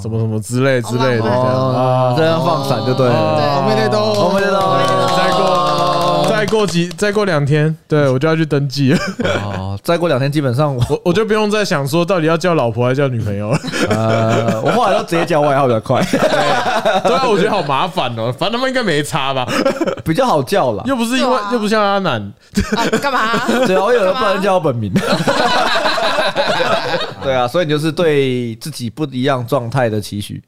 Speaker 4: 什么什么之类之类的这
Speaker 1: 哦
Speaker 4: 样
Speaker 3: 啊，这样放闪就 对了。哦
Speaker 2: 我们得都，
Speaker 3: 我们
Speaker 4: 哦对再过再过几再过两天，对我就要去登记了，
Speaker 3: 哦，再过两天基本上我
Speaker 4: 我我就不用再想说到底要叫老婆还是叫女朋友了。
Speaker 3: 呃，我后来都直接叫外号比较快，
Speaker 4: 对啊，我觉得好麻烦哦，反正他们应该没差吧，
Speaker 3: 比较好叫啦。
Speaker 4: 又不是因
Speaker 1: 对
Speaker 4: 为
Speaker 1: 啊
Speaker 4: 又不像阿南，
Speaker 1: 啊，干嘛？
Speaker 3: 对啊，我有人不能叫我本名。对啊，所以你就是对自己不一样状态的期许，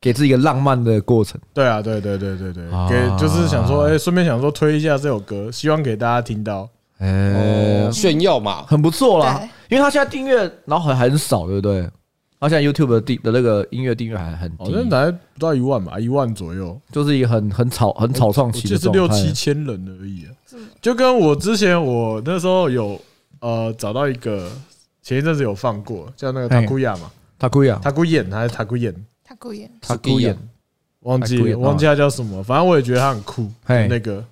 Speaker 3: 给自己一个浪漫的过程。
Speaker 4: 对啊，对对对对对，给就是想说，哎，顺便想说推一下这首歌，希望给大家听到。
Speaker 3: 哎，
Speaker 2: 呃炫耀嘛，
Speaker 3: 很不错啦
Speaker 1: 对，
Speaker 3: 因为他现在订阅然后还很少，对不对？他现在 YouTube 的订的那个音乐订阅还很
Speaker 4: 好像
Speaker 3: 低，
Speaker 4: 才哦不到一万吧，一万左右，
Speaker 3: 就是一个很很草很草创
Speaker 4: 我
Speaker 3: 期
Speaker 4: 记得
Speaker 3: 的
Speaker 4: 是
Speaker 3: 状
Speaker 4: 六
Speaker 3: 态啊
Speaker 4: 七千人而已啊、就跟我之前我那时候有呃找到一个，前一阵子有放过叫那个塔
Speaker 3: 哎
Speaker 4: 库亚嘛，
Speaker 3: 他故意啊，
Speaker 4: 塔库燕还是塔库燕，
Speaker 1: 他故意。
Speaker 3: 他故意啊，
Speaker 4: 忘记了
Speaker 3: Takuya，
Speaker 4: 忘记他叫什么，反正我也觉得他很酷。
Speaker 3: 嘿
Speaker 4: 那个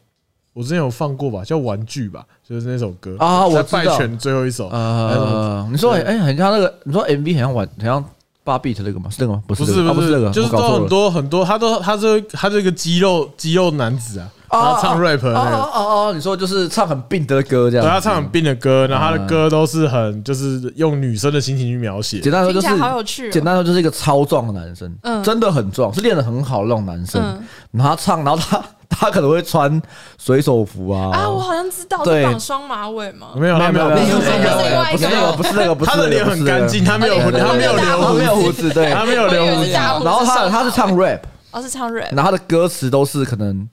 Speaker 4: 我之前有放过吧，叫玩具吧，就是那首歌
Speaker 3: 啊我
Speaker 4: 在
Speaker 3: 知道
Speaker 4: 败犬最后一首，还是什么
Speaker 3: 呃，你说哎，很像那个，你说 MV 很像玩，很像八 bit 那个吗？是那个吗？不是
Speaker 4: 不
Speaker 3: 这
Speaker 4: 是
Speaker 3: 个，啊
Speaker 4: 不
Speaker 3: 不
Speaker 4: 是
Speaker 3: 是那个，
Speaker 4: 就是
Speaker 3: 我搞
Speaker 4: 都
Speaker 3: 错
Speaker 4: 很
Speaker 3: 了。
Speaker 4: 多很多，他都他这他这个肌肉肌肉男子啊，然后唱 rap 的
Speaker 3: 哦
Speaker 4: 那个
Speaker 3: 哦，哦哦，你说就是唱很病的歌这样
Speaker 4: 对啊
Speaker 3: 子，
Speaker 4: 他唱很病的歌，然后他的歌都是很就是用女生的心情去描写。
Speaker 3: 简单说就是
Speaker 1: 听起来好有趣哦
Speaker 3: 简单说就是一个超壮的男生，
Speaker 1: 嗯
Speaker 3: 真的很壮，是练得很好的那种男生。
Speaker 1: 嗯
Speaker 3: 然后他唱，然后他他可能会穿水手服啊，
Speaker 1: 啊，我好像知道，
Speaker 3: 对
Speaker 1: 是绑双马尾吗？
Speaker 4: 没有
Speaker 3: 没
Speaker 4: 他
Speaker 3: 有
Speaker 4: 没
Speaker 3: 没有
Speaker 4: 有，
Speaker 3: 没
Speaker 1: 有
Speaker 3: 有
Speaker 1: 没有没有
Speaker 3: 不是那个，不是那个，不是那个，不是那个
Speaker 4: 他的脸很干净，，他没有
Speaker 1: 不是那个
Speaker 4: 他没
Speaker 1: 不是
Speaker 4: 有
Speaker 1: 那个
Speaker 4: 留
Speaker 3: 他
Speaker 4: 胡
Speaker 3: 没
Speaker 4: 子，
Speaker 3: 有胡子，对。
Speaker 4: 他没有留胡
Speaker 1: 我以为
Speaker 4: 子
Speaker 1: 是。大胡子
Speaker 3: 然后他他是唱 rap，
Speaker 1: 哦，是唱 rap，
Speaker 3: 然后他的歌词都是可能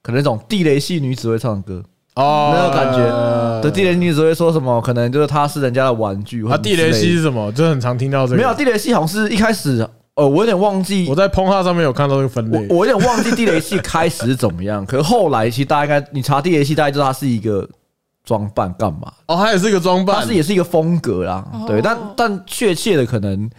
Speaker 3: 可能那种地雷系女子会唱的歌，
Speaker 4: 哦
Speaker 3: 那个感觉。对，地雷女子会说什么？可能就是她是人家的玩具，或
Speaker 4: 啊，
Speaker 3: 者
Speaker 4: 地雷
Speaker 3: 之类
Speaker 4: 系
Speaker 3: 的
Speaker 4: 是什么？就很常听到这个。
Speaker 3: 没有地雷系，好像是一开始，呃，我有点忘记
Speaker 4: 我在 p o n h u b 上面有看到这个分类。
Speaker 3: 我我有点忘记地雷系开始是怎么样，可是后来其实大概你查地雷系，大概知道它是一个装扮干嘛，
Speaker 4: 哦，它也是一个装
Speaker 3: 它
Speaker 4: 扮，
Speaker 3: 是也是一个风格啦，
Speaker 4: 哦
Speaker 3: 对，但但确切的可能，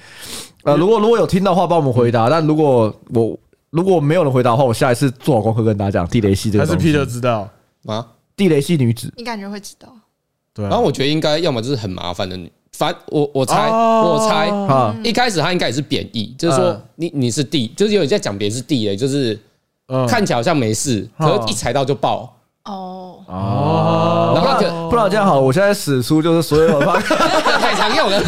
Speaker 3: 呃，如果如果有听到的话，帮我们回
Speaker 4: 嗯
Speaker 3: 答。但如果我如果没有人回答的话，我下一次做好功课跟大家讲地雷系这
Speaker 4: 还
Speaker 3: 个
Speaker 4: 是
Speaker 3: 东西
Speaker 4: Peter 知道？嗯
Speaker 2: 啊。
Speaker 3: 地雷系女子，
Speaker 1: 你感觉会知道。
Speaker 4: 对啊，
Speaker 2: 然后我觉得应该要么就是很麻烦的女，反我我猜
Speaker 4: 哦
Speaker 2: 我猜
Speaker 4: 嗯
Speaker 3: 啊
Speaker 2: 一开始他应该也是贬义，就是说
Speaker 3: 嗯
Speaker 2: 你你是地，就是有人在讲别人是地雷，就是
Speaker 4: 嗯
Speaker 2: 看起来好像没事，
Speaker 3: 哦
Speaker 2: 可是一踩到就 爆。
Speaker 1: 哦，
Speaker 4: 哦
Speaker 2: 然后
Speaker 3: 不
Speaker 2: 他可
Speaker 3: 然不然这样好了，我现在使出就是所有的
Speaker 2: 太常用了，
Speaker 1: 不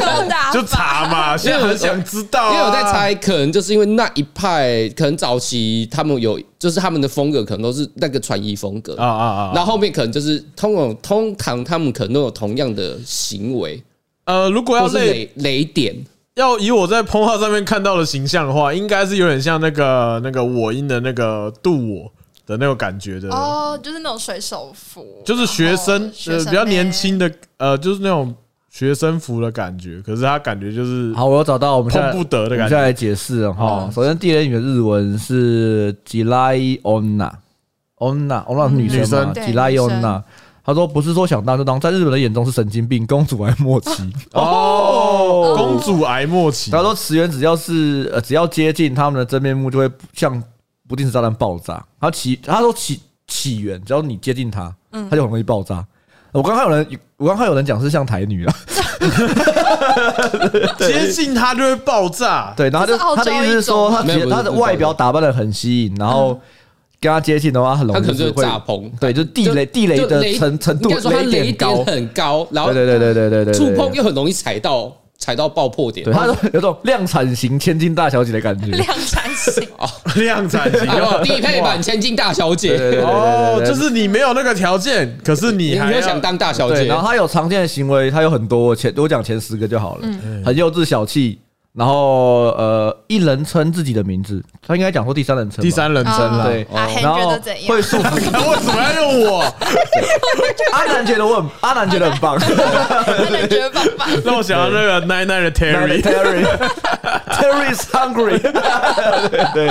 Speaker 1: 可打
Speaker 4: 就查嘛，现在很想知道、
Speaker 2: 因
Speaker 4: 啊，
Speaker 2: 为我在猜，可能就是因为那一派，可能早期他们有，就是他们的风格可能都是那个穿衣风格
Speaker 4: 啊啊啊！
Speaker 2: 然后后面可能就是通常通常他们可能都有同样的行为，
Speaker 4: 呃，如
Speaker 3: 啊
Speaker 4: 果要
Speaker 2: 或是
Speaker 4: 类
Speaker 2: 雷雷点，
Speaker 4: 要以我在 p o n h u b 上面看到的形象的话，应该是有点像那个那个我音的那个度我的那种感觉的，
Speaker 1: 哦，就是那种水手服，
Speaker 4: 就是学生
Speaker 1: 然后
Speaker 4: 呃
Speaker 1: 学哎
Speaker 4: 比较
Speaker 1: 妹
Speaker 4: 年轻的呃，就是那种学生服的感觉。可是他感觉就是
Speaker 3: 好，我要找到我们现在
Speaker 4: 碰不得的感
Speaker 3: 我
Speaker 4: 觉哦
Speaker 3: 们现在来解释了哈。首先，地雷女的日文是 Jilai Onna，Onna，Onna 是女
Speaker 4: 女
Speaker 3: 生嘛
Speaker 4: 生
Speaker 1: 对
Speaker 3: ？Jilai
Speaker 1: 嗯女
Speaker 3: Onna，
Speaker 1: 生
Speaker 3: 她说不是说想当就当，在日本人眼中是神经病，公主癌末 期。
Speaker 4: 哦，公主癌末期，
Speaker 3: 她说池原只要是呃只要接近他们的真面目，就会像不定时炸弹爆炸。她起她说起起源，只要你接近她，
Speaker 1: 嗯
Speaker 3: 她就很容易爆炸。我刚看有人，我刚看有人讲是像台女啊，
Speaker 4: 接近他就会爆炸。
Speaker 3: 对，然后就
Speaker 1: 这是澳
Speaker 3: 他
Speaker 1: 洲
Speaker 3: 的意思是说，
Speaker 1: 一嗯
Speaker 3: 他
Speaker 2: 没有
Speaker 3: 觉
Speaker 2: 不是
Speaker 3: 得他的
Speaker 2: 不是
Speaker 3: 外表打扮的很吸引，然后跟他接近的话，他很容
Speaker 2: 他
Speaker 3: 易
Speaker 2: 可能就是
Speaker 3: 哦会
Speaker 2: 炸棚，
Speaker 3: 对，就是地雷地雷
Speaker 2: 就
Speaker 3: 的程程度
Speaker 2: 应该说他雷
Speaker 3: 点高，对
Speaker 2: 很高，然后
Speaker 3: 对对对对对对，
Speaker 2: 触
Speaker 3: 对
Speaker 2: 碰，又很容易踩到踩到爆破点
Speaker 3: 对，，他说有种量产型千金大小姐的感觉，
Speaker 1: 量产型，
Speaker 4: 量产型
Speaker 2: 然后低配版千金大小
Speaker 3: 对对对
Speaker 2: 姐，
Speaker 4: 哦，
Speaker 3: 对对对对
Speaker 4: 就是你没有那个条件，可是你
Speaker 2: 你
Speaker 4: 还
Speaker 2: 又
Speaker 4: 要
Speaker 2: 想当大小
Speaker 3: 对，
Speaker 2: 姐
Speaker 3: 然，后他有常见的行为，他有很多，我前我讲前十个就好了，
Speaker 1: 嗯
Speaker 3: 很幼稚小气。然后，呃，一人称自己的名字，他应该讲说第三人称吧。
Speaker 4: 第三人称
Speaker 1: 哦
Speaker 4: 了。
Speaker 3: 对，
Speaker 1: 阿黑
Speaker 3: 然
Speaker 1: 觉
Speaker 3: 后
Speaker 1: 得怎样
Speaker 3: 会束缚。
Speaker 4: 那 为什么要用我？
Speaker 3: 阿南觉得我很，阿南觉得很棒。
Speaker 1: 感觉棒棒。
Speaker 4: 让我想到那个奶奶的 Terry，
Speaker 3: Terry，Terry's hungry 对。对，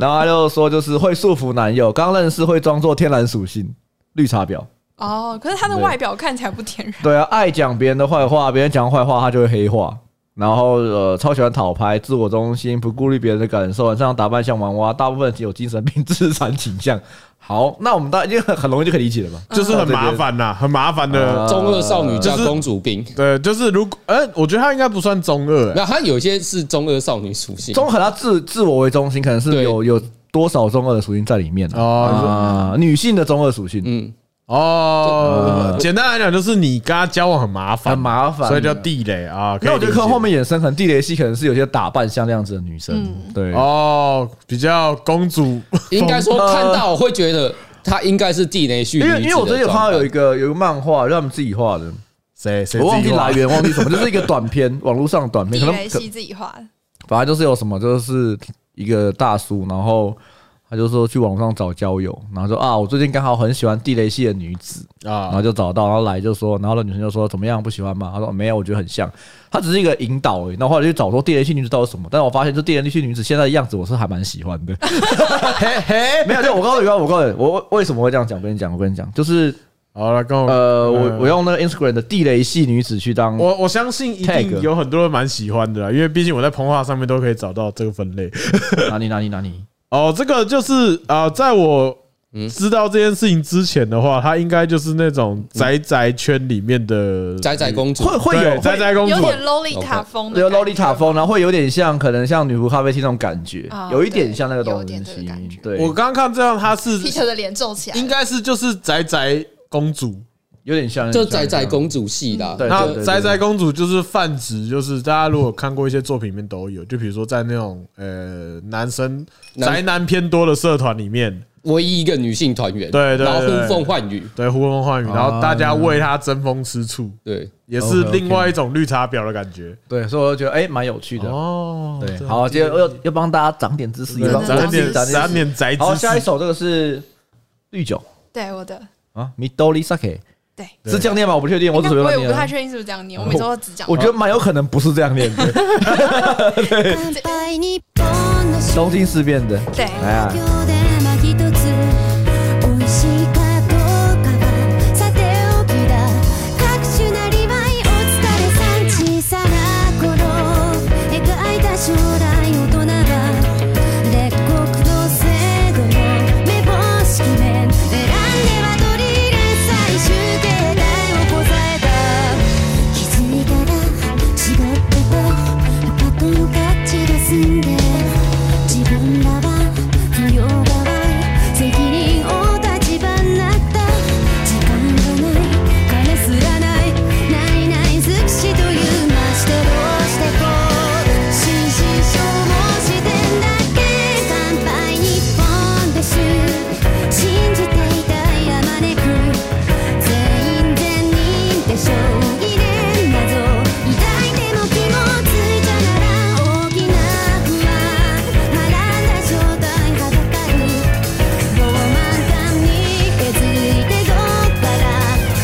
Speaker 3: 然后他就说，就是会束缚男友，刚认识会装作天然属性，绿茶婊。
Speaker 1: 哦，可是他的外表看起来不天然，
Speaker 3: 对啊，爱讲别人的坏话，别人讲坏话他就会黑化。然后呃，超喜欢讨拍，自我中心，不顾虑别人的感受，晚上打扮像娃娃，大部分有精神病、自残倾向。好，那我们大家已经很很容易就可以理解了吧？
Speaker 4: 就是很麻烦呐，很麻烦的。
Speaker 2: 中二少
Speaker 3: 呃
Speaker 2: 女加公主病，
Speaker 4: 对，就是如果，呃，我觉得他应该不算中二欸，
Speaker 2: 然后她有一些是中二少女属性，
Speaker 3: 中肯他自自我为中心，可能是
Speaker 2: 对
Speaker 3: 有有多少中二的属性在里面啊？
Speaker 4: 哦你说
Speaker 3: 啊，女性的中二属性，
Speaker 2: 嗯，
Speaker 4: 哦，简单来讲就是你跟他交往很麻烦，
Speaker 3: 呃很麻烦
Speaker 4: 所以叫地雷啊。可以
Speaker 3: 那我觉得
Speaker 4: 理
Speaker 3: 可
Speaker 4: 解
Speaker 3: 能后面衍生，可能地雷系可能是有些打扮像那样子的女生，
Speaker 1: 嗯
Speaker 3: 对，
Speaker 4: 哦，比较公主，
Speaker 2: 应该说看到会觉得她应该是地雷系
Speaker 3: 因
Speaker 2: 女子的
Speaker 3: 为因为我最近有看到有
Speaker 2: 状
Speaker 3: 一
Speaker 2: 态
Speaker 3: 个有一个漫画，让他们自己画的，
Speaker 4: 谁谁
Speaker 3: 我忘
Speaker 4: 自
Speaker 3: 记
Speaker 4: 己画
Speaker 3: 来源，忘记什么，就是一个短片，网络上的短片，
Speaker 1: 地
Speaker 3: 可
Speaker 1: 雷
Speaker 3: 能可
Speaker 1: 系自己画的，
Speaker 3: 反正就是有什么，就是一个大叔，然后他就说去网上找交友，然后说啊，我最近刚好很喜欢地雷系的女子，然
Speaker 4: 啊
Speaker 3: 后就找到，然后来就说，然后那女生就说怎么样不喜欢吗？他说没有，我觉得很像，他只是一个引导而已。然后后来就找说地雷系女子到底是什么，但是我发现这地雷系女子现在的样子我是还蛮喜欢的。 嘿嘿，没有，就我告诉你，我告诉你，我我为什么会这样讲？我跟你讲，我跟你讲，就是
Speaker 4: 好了，跟我
Speaker 3: 呃，我我用那个 Instagram 的地雷系女子去当
Speaker 4: 嗯我我相信一
Speaker 3: Tag
Speaker 4: 定有很多人蛮喜欢的啦，因为毕竟我在膨化上面都可以找到这个分类。
Speaker 3: 哪里哪里哪里
Speaker 4: 哦，这个就是啊、呃在我
Speaker 3: 嗯
Speaker 4: 知道这件事情之前的话，她应该就是那种宅宅圈里面的
Speaker 2: 仔仔公主
Speaker 3: 会会
Speaker 4: 对
Speaker 3: 有
Speaker 4: 宅
Speaker 3: 会
Speaker 4: 宅公主啊
Speaker 1: 有，点 Lolita 风的
Speaker 3: 有
Speaker 1: 感觉，
Speaker 3: 洛丽塔风，然后会有点像可能像女仆咖啡厅那种感觉
Speaker 1: 啊，
Speaker 3: 有一点像那个
Speaker 1: 对
Speaker 3: 东
Speaker 1: 有点这个感
Speaker 3: 西
Speaker 1: 觉，
Speaker 3: 对，
Speaker 4: 我刚刚看这样，她是
Speaker 1: Peter 的脸皱起来，
Speaker 4: 应该是就是宅宅公主，
Speaker 3: 有点像
Speaker 2: 就仔仔，公主系啦，
Speaker 3: 对
Speaker 4: 那
Speaker 3: 对对
Speaker 4: 宅宅公主就是泛指，就是大家如果看过一些作品里面都有，就比如说在那种呃男生
Speaker 2: 男
Speaker 4: 宅男偏多的社团里面，
Speaker 2: 唯一一个女性团员，
Speaker 4: 对对对
Speaker 2: 然后呼风唤雨，
Speaker 4: 对，呼风
Speaker 3: 啊
Speaker 4: 唤雨，然后大家为他争风吃醋，
Speaker 2: 对，
Speaker 4: 也是
Speaker 3: OK，OK
Speaker 4: 另外一种绿茶婊的感觉。
Speaker 3: 对，所以我就觉得哎，蛮有趣的。
Speaker 4: 哦，
Speaker 3: 对，啊好，今天又又帮大家长点知识，也帮
Speaker 1: 长
Speaker 4: 咱点
Speaker 3: 长
Speaker 4: 咱
Speaker 3: 点知
Speaker 4: 点宅
Speaker 3: 识。好，
Speaker 4: 知
Speaker 3: 下一
Speaker 4: 识，
Speaker 3: 首这个是绿酒
Speaker 1: 对我的
Speaker 3: 啊，Midori Sake
Speaker 1: 对，
Speaker 4: 对
Speaker 3: 是这样念吗？我不确定，我只
Speaker 1: 应该
Speaker 3: 随
Speaker 1: 我
Speaker 3: 便
Speaker 1: 也
Speaker 3: 乱
Speaker 1: 不太
Speaker 3: 念的。啊
Speaker 1: 确定是不是这样念，我每次都只讲。
Speaker 3: 我觉得蛮有可能不是这样念的，
Speaker 5: 乾杯日本の
Speaker 3: 东京事变的。
Speaker 1: 对，
Speaker 3: 哎呀，
Speaker 5: 今日でまあ一つ美味しいかどうかはさておきだ各種なりわいお疲れさん小さな頃描いた将来大人は列国の制度の目星決め選んでは取り入れ最終形態をこさえた気づいたら違ってたパトンカッチで住んで自分らは不良側責任を立場になった時間がない金すらないないない尽くしというましてどうしてこう心身消耗してんだけ乾杯日本です信じていたいあまねく全員善人でしょう遺伝だぞ抱いても気もついちゃなら大きな不安並んだ正体はばかり傲慢感に気づいてどっから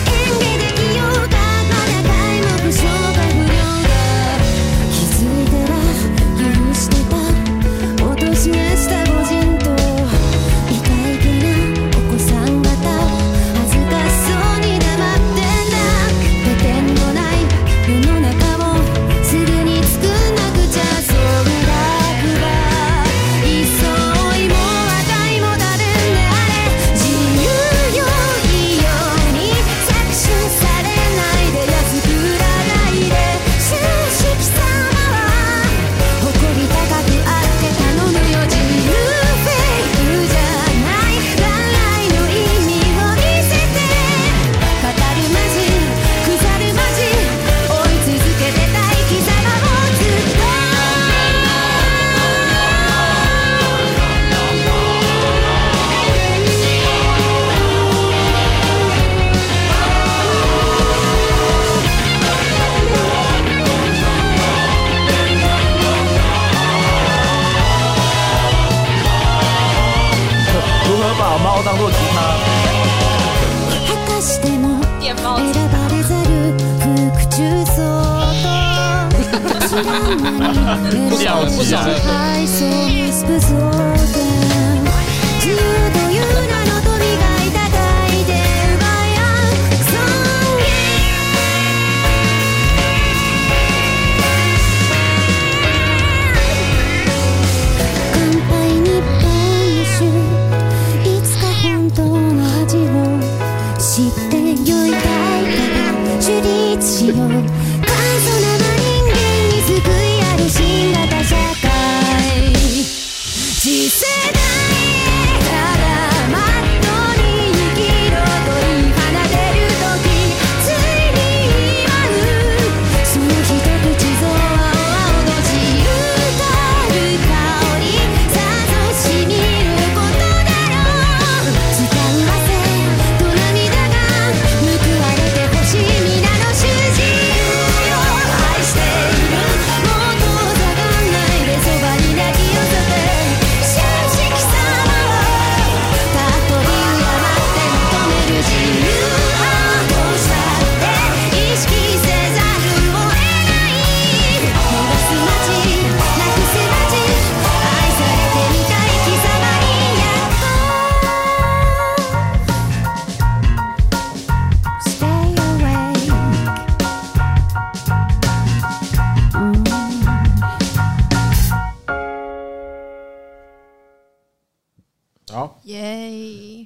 Speaker 5: 演技できようかまだ皆目消化不良だ気づいたら許してた落としましたご人といたいけなお子さん方恥ずかしそうに黙ってんだ拠点のない世の中をすぐに作んなくちゃそれ楽は急いも赤いも誰であれ自由よいいように搾取されないで安くらないで終始貴様は誇り高くあって頼むよ自由フェイクじゃない笑いの意味を見せて語るまじ腐るまじ追い続けてたい貴様をずっと
Speaker 3: 如何把猫当做吉他？
Speaker 5: 果たしても
Speaker 1: 电猫
Speaker 5: 選ばれざる不屈中相当知らん間に
Speaker 2: 不想了，不想了。
Speaker 5: 愛想結ぶ相談自由という名の扉いただいて奪い合う尊厳乾杯日本酒いつか本当の味を知って酔いたいから手立しよう簡素な真人間に救いある新型社会次世代からまっとうに生きろと言い放てる時ついに祝うその一口ぞわおわおの自由たる香りさぞしみることだろう時間はせと涙が報われてほしい皆の主人よ愛しているもっと下がんないでそばに抱き寄せて正直さまをたとえ敬って求める自由をどうしたって意識せざるを得ない逃す街なくす街愛されてみたい貴様にやっと Stay awake
Speaker 4: 好，
Speaker 1: 耶！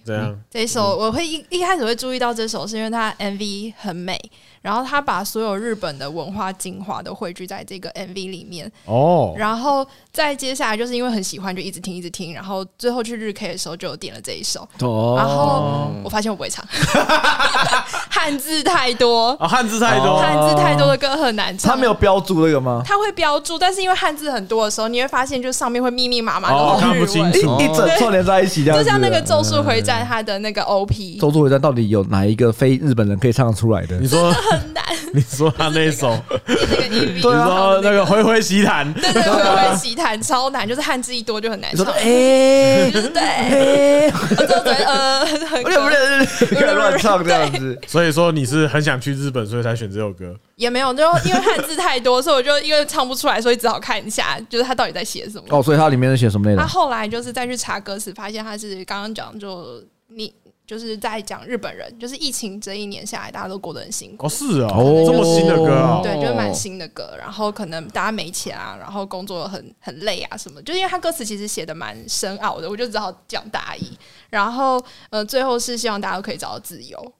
Speaker 4: 这
Speaker 3: 嗯
Speaker 4: 样
Speaker 1: 这一首我会一一开始会注意到这首，是因为它 MV 很美，然后它把所有日本的文化精华都汇聚在这个 MV 里面。
Speaker 4: 哦，
Speaker 1: 然后再接下来就是因为很喜欢，就一直听一直听，然后最后去日 K 的时候就有点了这一首。
Speaker 3: 哦
Speaker 1: 然后我发现我不会唱， 汉字太多，
Speaker 4: 啊，汉字太多，
Speaker 1: 汉字太多的歌很难唱。
Speaker 3: 哦他没有标注这个吗？
Speaker 1: 它会标注，但是因为汉字很多的时候，你会发现就上面会密密麻麻
Speaker 4: 哦
Speaker 1: 都是
Speaker 4: 看不
Speaker 1: 日
Speaker 3: 哎
Speaker 4: 清
Speaker 1: 文
Speaker 4: 楚
Speaker 3: 一一整串连在一起样
Speaker 1: 就
Speaker 3: 子嗯了。
Speaker 1: 像那个《咒术回战》它的那个 OP
Speaker 3: 周作回战到底有哪一个非日本人可以唱得出来的
Speaker 4: 你？说
Speaker 1: 很难，
Speaker 4: 你说他那一首，
Speaker 1: 那个 EV，
Speaker 4: 你
Speaker 3: 啊
Speaker 4: 说那
Speaker 1: 那
Speaker 4: 个挥挥旗坛，
Speaker 1: 对对对，会会洗痰超难，就是汉字一多就很难
Speaker 3: 你
Speaker 1: 唱
Speaker 3: 说。哎，
Speaker 1: 就是对，我就觉得呃，很
Speaker 3: 不是不是， 不要乱唱这样子。
Speaker 4: 所以说你是很想去日本，所以才选这首歌。
Speaker 1: 也没有，就因为汉字太多，所以我就因为唱不出来，所以只好看一下，就是他到底在写什么。
Speaker 3: 哦，所以它里面是写什么内容
Speaker 1: 他？后来就是再去查歌词，发现他是刚刚讲就你就是在讲日本人，就是疫情这一年下来，大家都过得很辛苦。
Speaker 4: 哦，是啊，
Speaker 3: 哦
Speaker 4: 这么新的歌啊，
Speaker 1: 对，就是蛮新的歌，然后可能大家没钱啊，然后工作很很累啊什么，就因为他歌词其实写的蛮深奥的，我就只好讲大意。然后呃，最后是希望大家都可以找到自由，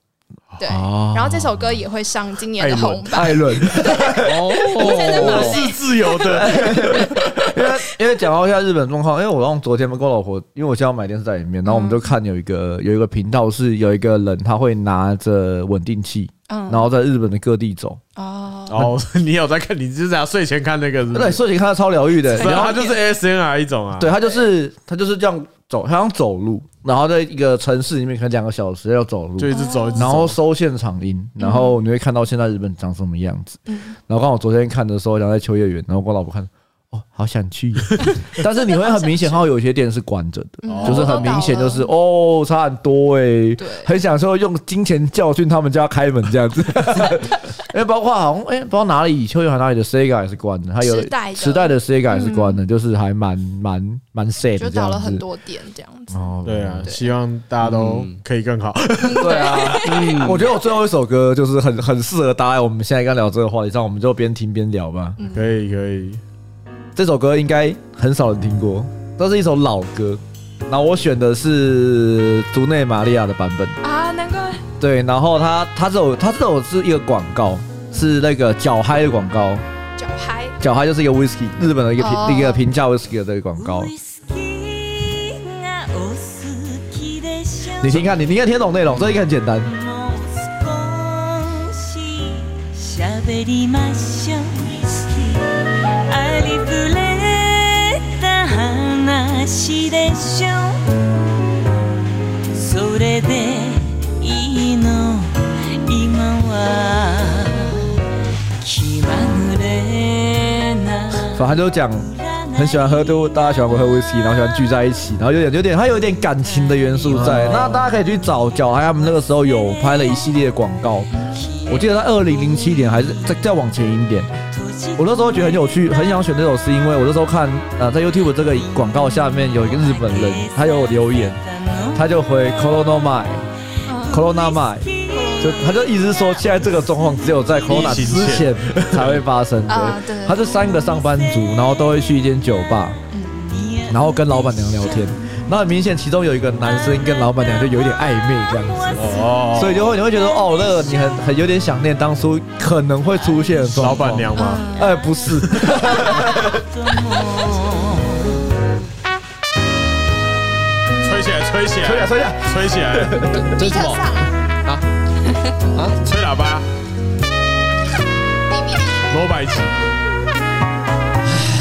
Speaker 1: 对。
Speaker 3: 哦
Speaker 1: 然后这首歌也会上今年的红
Speaker 3: 艾
Speaker 1: 版，
Speaker 3: 伦，
Speaker 2: 哦，
Speaker 1: 真的蛮
Speaker 4: 我是自由的，
Speaker 3: 因为因为讲到一下日本状况，因为我刚昨天跟我老婆，因为我现在要买电视在里面，然后我们就看有一个有一个频道是有一个人他会拿着稳定器，
Speaker 1: 嗯
Speaker 3: 然后在日本的各地走，
Speaker 1: 哦，
Speaker 4: 哦， 你有在看？你是在睡前看那个是不
Speaker 3: 对，
Speaker 4: 是？
Speaker 3: 所以你看他超疗愈的，
Speaker 4: 然
Speaker 3: 然
Speaker 4: 后
Speaker 3: 后
Speaker 4: 它嗯就是啊 ASMR 一种啊，
Speaker 3: 对，他就是他就是这样走，好像走路，然后在一个城市里面可能两个小时要走路，
Speaker 4: 就一直走，一直走
Speaker 3: 然后收现场音，然后你会看到现在日本长什么样子。
Speaker 1: 嗯
Speaker 3: 然后刚好昨天看的时候，然后在秋叶原，然后跟我老婆看，哦，好 想去哦，但是你会很明显，它有一些店是关着的，
Speaker 1: 嗯
Speaker 3: 就是很明显就是哦，差很多哎、
Speaker 1: 对
Speaker 3: 很享受用金钱教训他们家开门这 样子。因为包括好像哎、不知道哪里秋叶原还哪里的 Sega 也是关的，还有
Speaker 1: 时代的嗯
Speaker 3: 时代的 Sega 也是关的，就是还蛮蛮蛮 sad
Speaker 1: 就
Speaker 3: 的这
Speaker 1: 找
Speaker 3: 样
Speaker 1: 了很
Speaker 3: 子。
Speaker 1: 多点这样子。
Speaker 3: 哦
Speaker 4: 对啊，
Speaker 1: 对
Speaker 4: 希望大家都
Speaker 3: 嗯
Speaker 4: 可以更好。
Speaker 3: 对啊，我觉得我最后一首歌就是很很适合搭在我们现在刚聊这个话题上，我们就边听边聊吧。
Speaker 4: 可以可以，
Speaker 3: 这首歌应该很少人听过，这是一首老歌。那我选的是竹内玛利亚的版本，
Speaker 1: 啊，难怪
Speaker 3: 对，然后它它这首它这首是一个广告，是那个脚嗨的广告，
Speaker 1: 脚嗨，
Speaker 3: 脚嗨就是一个 whisky，日本的一个
Speaker 1: 哦
Speaker 3: 平一个平价 whisky 的这个广告
Speaker 9: ウ。イスキーがお好きでしょ
Speaker 3: 你听看，你你应该听懂内容，这应该很简单。
Speaker 9: もう少し喋りましょうありふれた話でしょそれでいいの今は気まぐれな
Speaker 3: 反正就讲很喜欢喝，就大家喜欢喝威士忌，然后喜欢聚在一起，然后有点有点，它有一点感情的元素在。那大家可以去找角还他们那个时候有拍了一系列的广告，我记得在二零零七年还是再再往前一点。我那时候觉得很有趣，很想选这首，是因为我那时候看呃在 YouTube 这个广告下面有一个日本人，他有留言，他就回 Corona My
Speaker 1: 哦
Speaker 3: Corona My，就他就一直说现在这个状况只有在 Corona
Speaker 4: 疫情
Speaker 3: 之前
Speaker 4: 前
Speaker 3: 才会发生的
Speaker 1: 啊对。嗯
Speaker 3: 他是三个上班族，然后都会去一间酒吧，然后跟老板娘聊天。那很明显，其中有一个男生跟老板娘就有一点暧昧这样子，
Speaker 4: 哦，
Speaker 3: 嗯所以就会你会觉得哦，那个你很很有点想念当初可能会出现的状
Speaker 4: 老
Speaker 3: 况
Speaker 4: 板娘嘛，
Speaker 3: 哎，不 是，
Speaker 4: 吹起来，吹起来，
Speaker 3: 嗯吹一下，吹一下，
Speaker 4: 吹起来，
Speaker 2: 这是什么？
Speaker 4: 吹喇叭，罗百吉，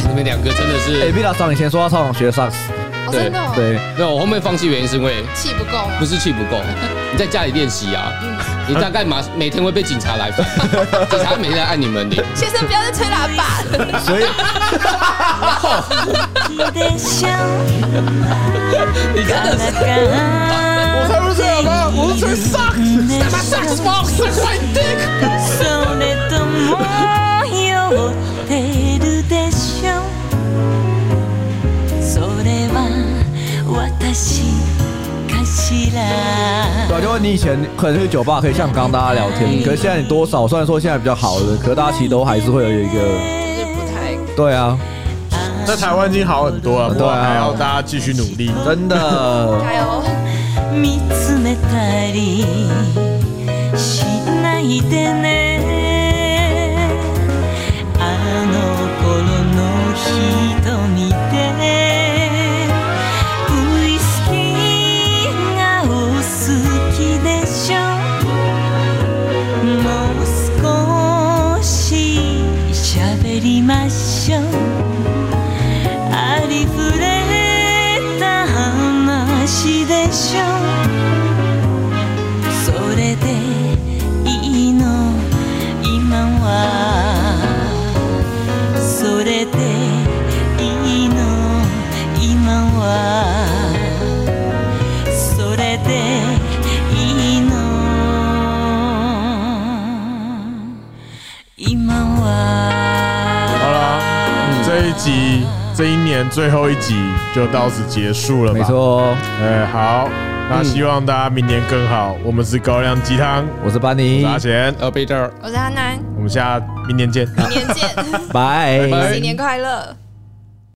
Speaker 2: 你们两个真的
Speaker 3: 哎
Speaker 2: 是……
Speaker 3: ，Vita 上以前说他超想学萨克斯，
Speaker 1: 哦，真的哦
Speaker 3: 对，
Speaker 2: 那我后面放弃原因是因为
Speaker 1: 气不够吗
Speaker 2: 不？是气不够， 你在家里练习啊，
Speaker 3: 嗯
Speaker 2: 你大概马每天会被警察来烦， 警察每天来按你门铃。
Speaker 1: 先生，不要再吹喇叭了。
Speaker 3: 所以
Speaker 9: 好きでしょ
Speaker 2: 你真的是，
Speaker 9: 我才不是吹喇叭，我是吹萨克斯。それとも酔ってるでしょそれは私かしら
Speaker 3: 对，就问你以前可能去酒吧可以像刚刚大家聊天，可是现在你多少，虽然说现在比较好了，可是大家其实都还是会有一个，
Speaker 1: 不太
Speaker 3: 对啊，
Speaker 4: 在台湾已经好很多了，不过
Speaker 3: 对啊
Speaker 4: 还要大家继续努力。
Speaker 3: 真的，
Speaker 1: 加油！
Speaker 9: 見つめたりしないでねあの頃の瞳でウイスキーがお好きでしょもう少し喋りましょうありふれた話でれていいの今は
Speaker 4: 好啦，
Speaker 3: 嗯
Speaker 4: 这一集这一年最后一集就到此结束了吧？
Speaker 3: 没，错，嗯
Speaker 4: 哎，好，那希望大家明年更好。我们是高粱鸡汤，
Speaker 3: 我是班尼，
Speaker 4: 阿贤，
Speaker 2: 呃，贝特尔。
Speaker 1: 我是阿南，
Speaker 4: 我们下明年见。
Speaker 1: 明年见，
Speaker 3: 拜
Speaker 1: 新年快乐。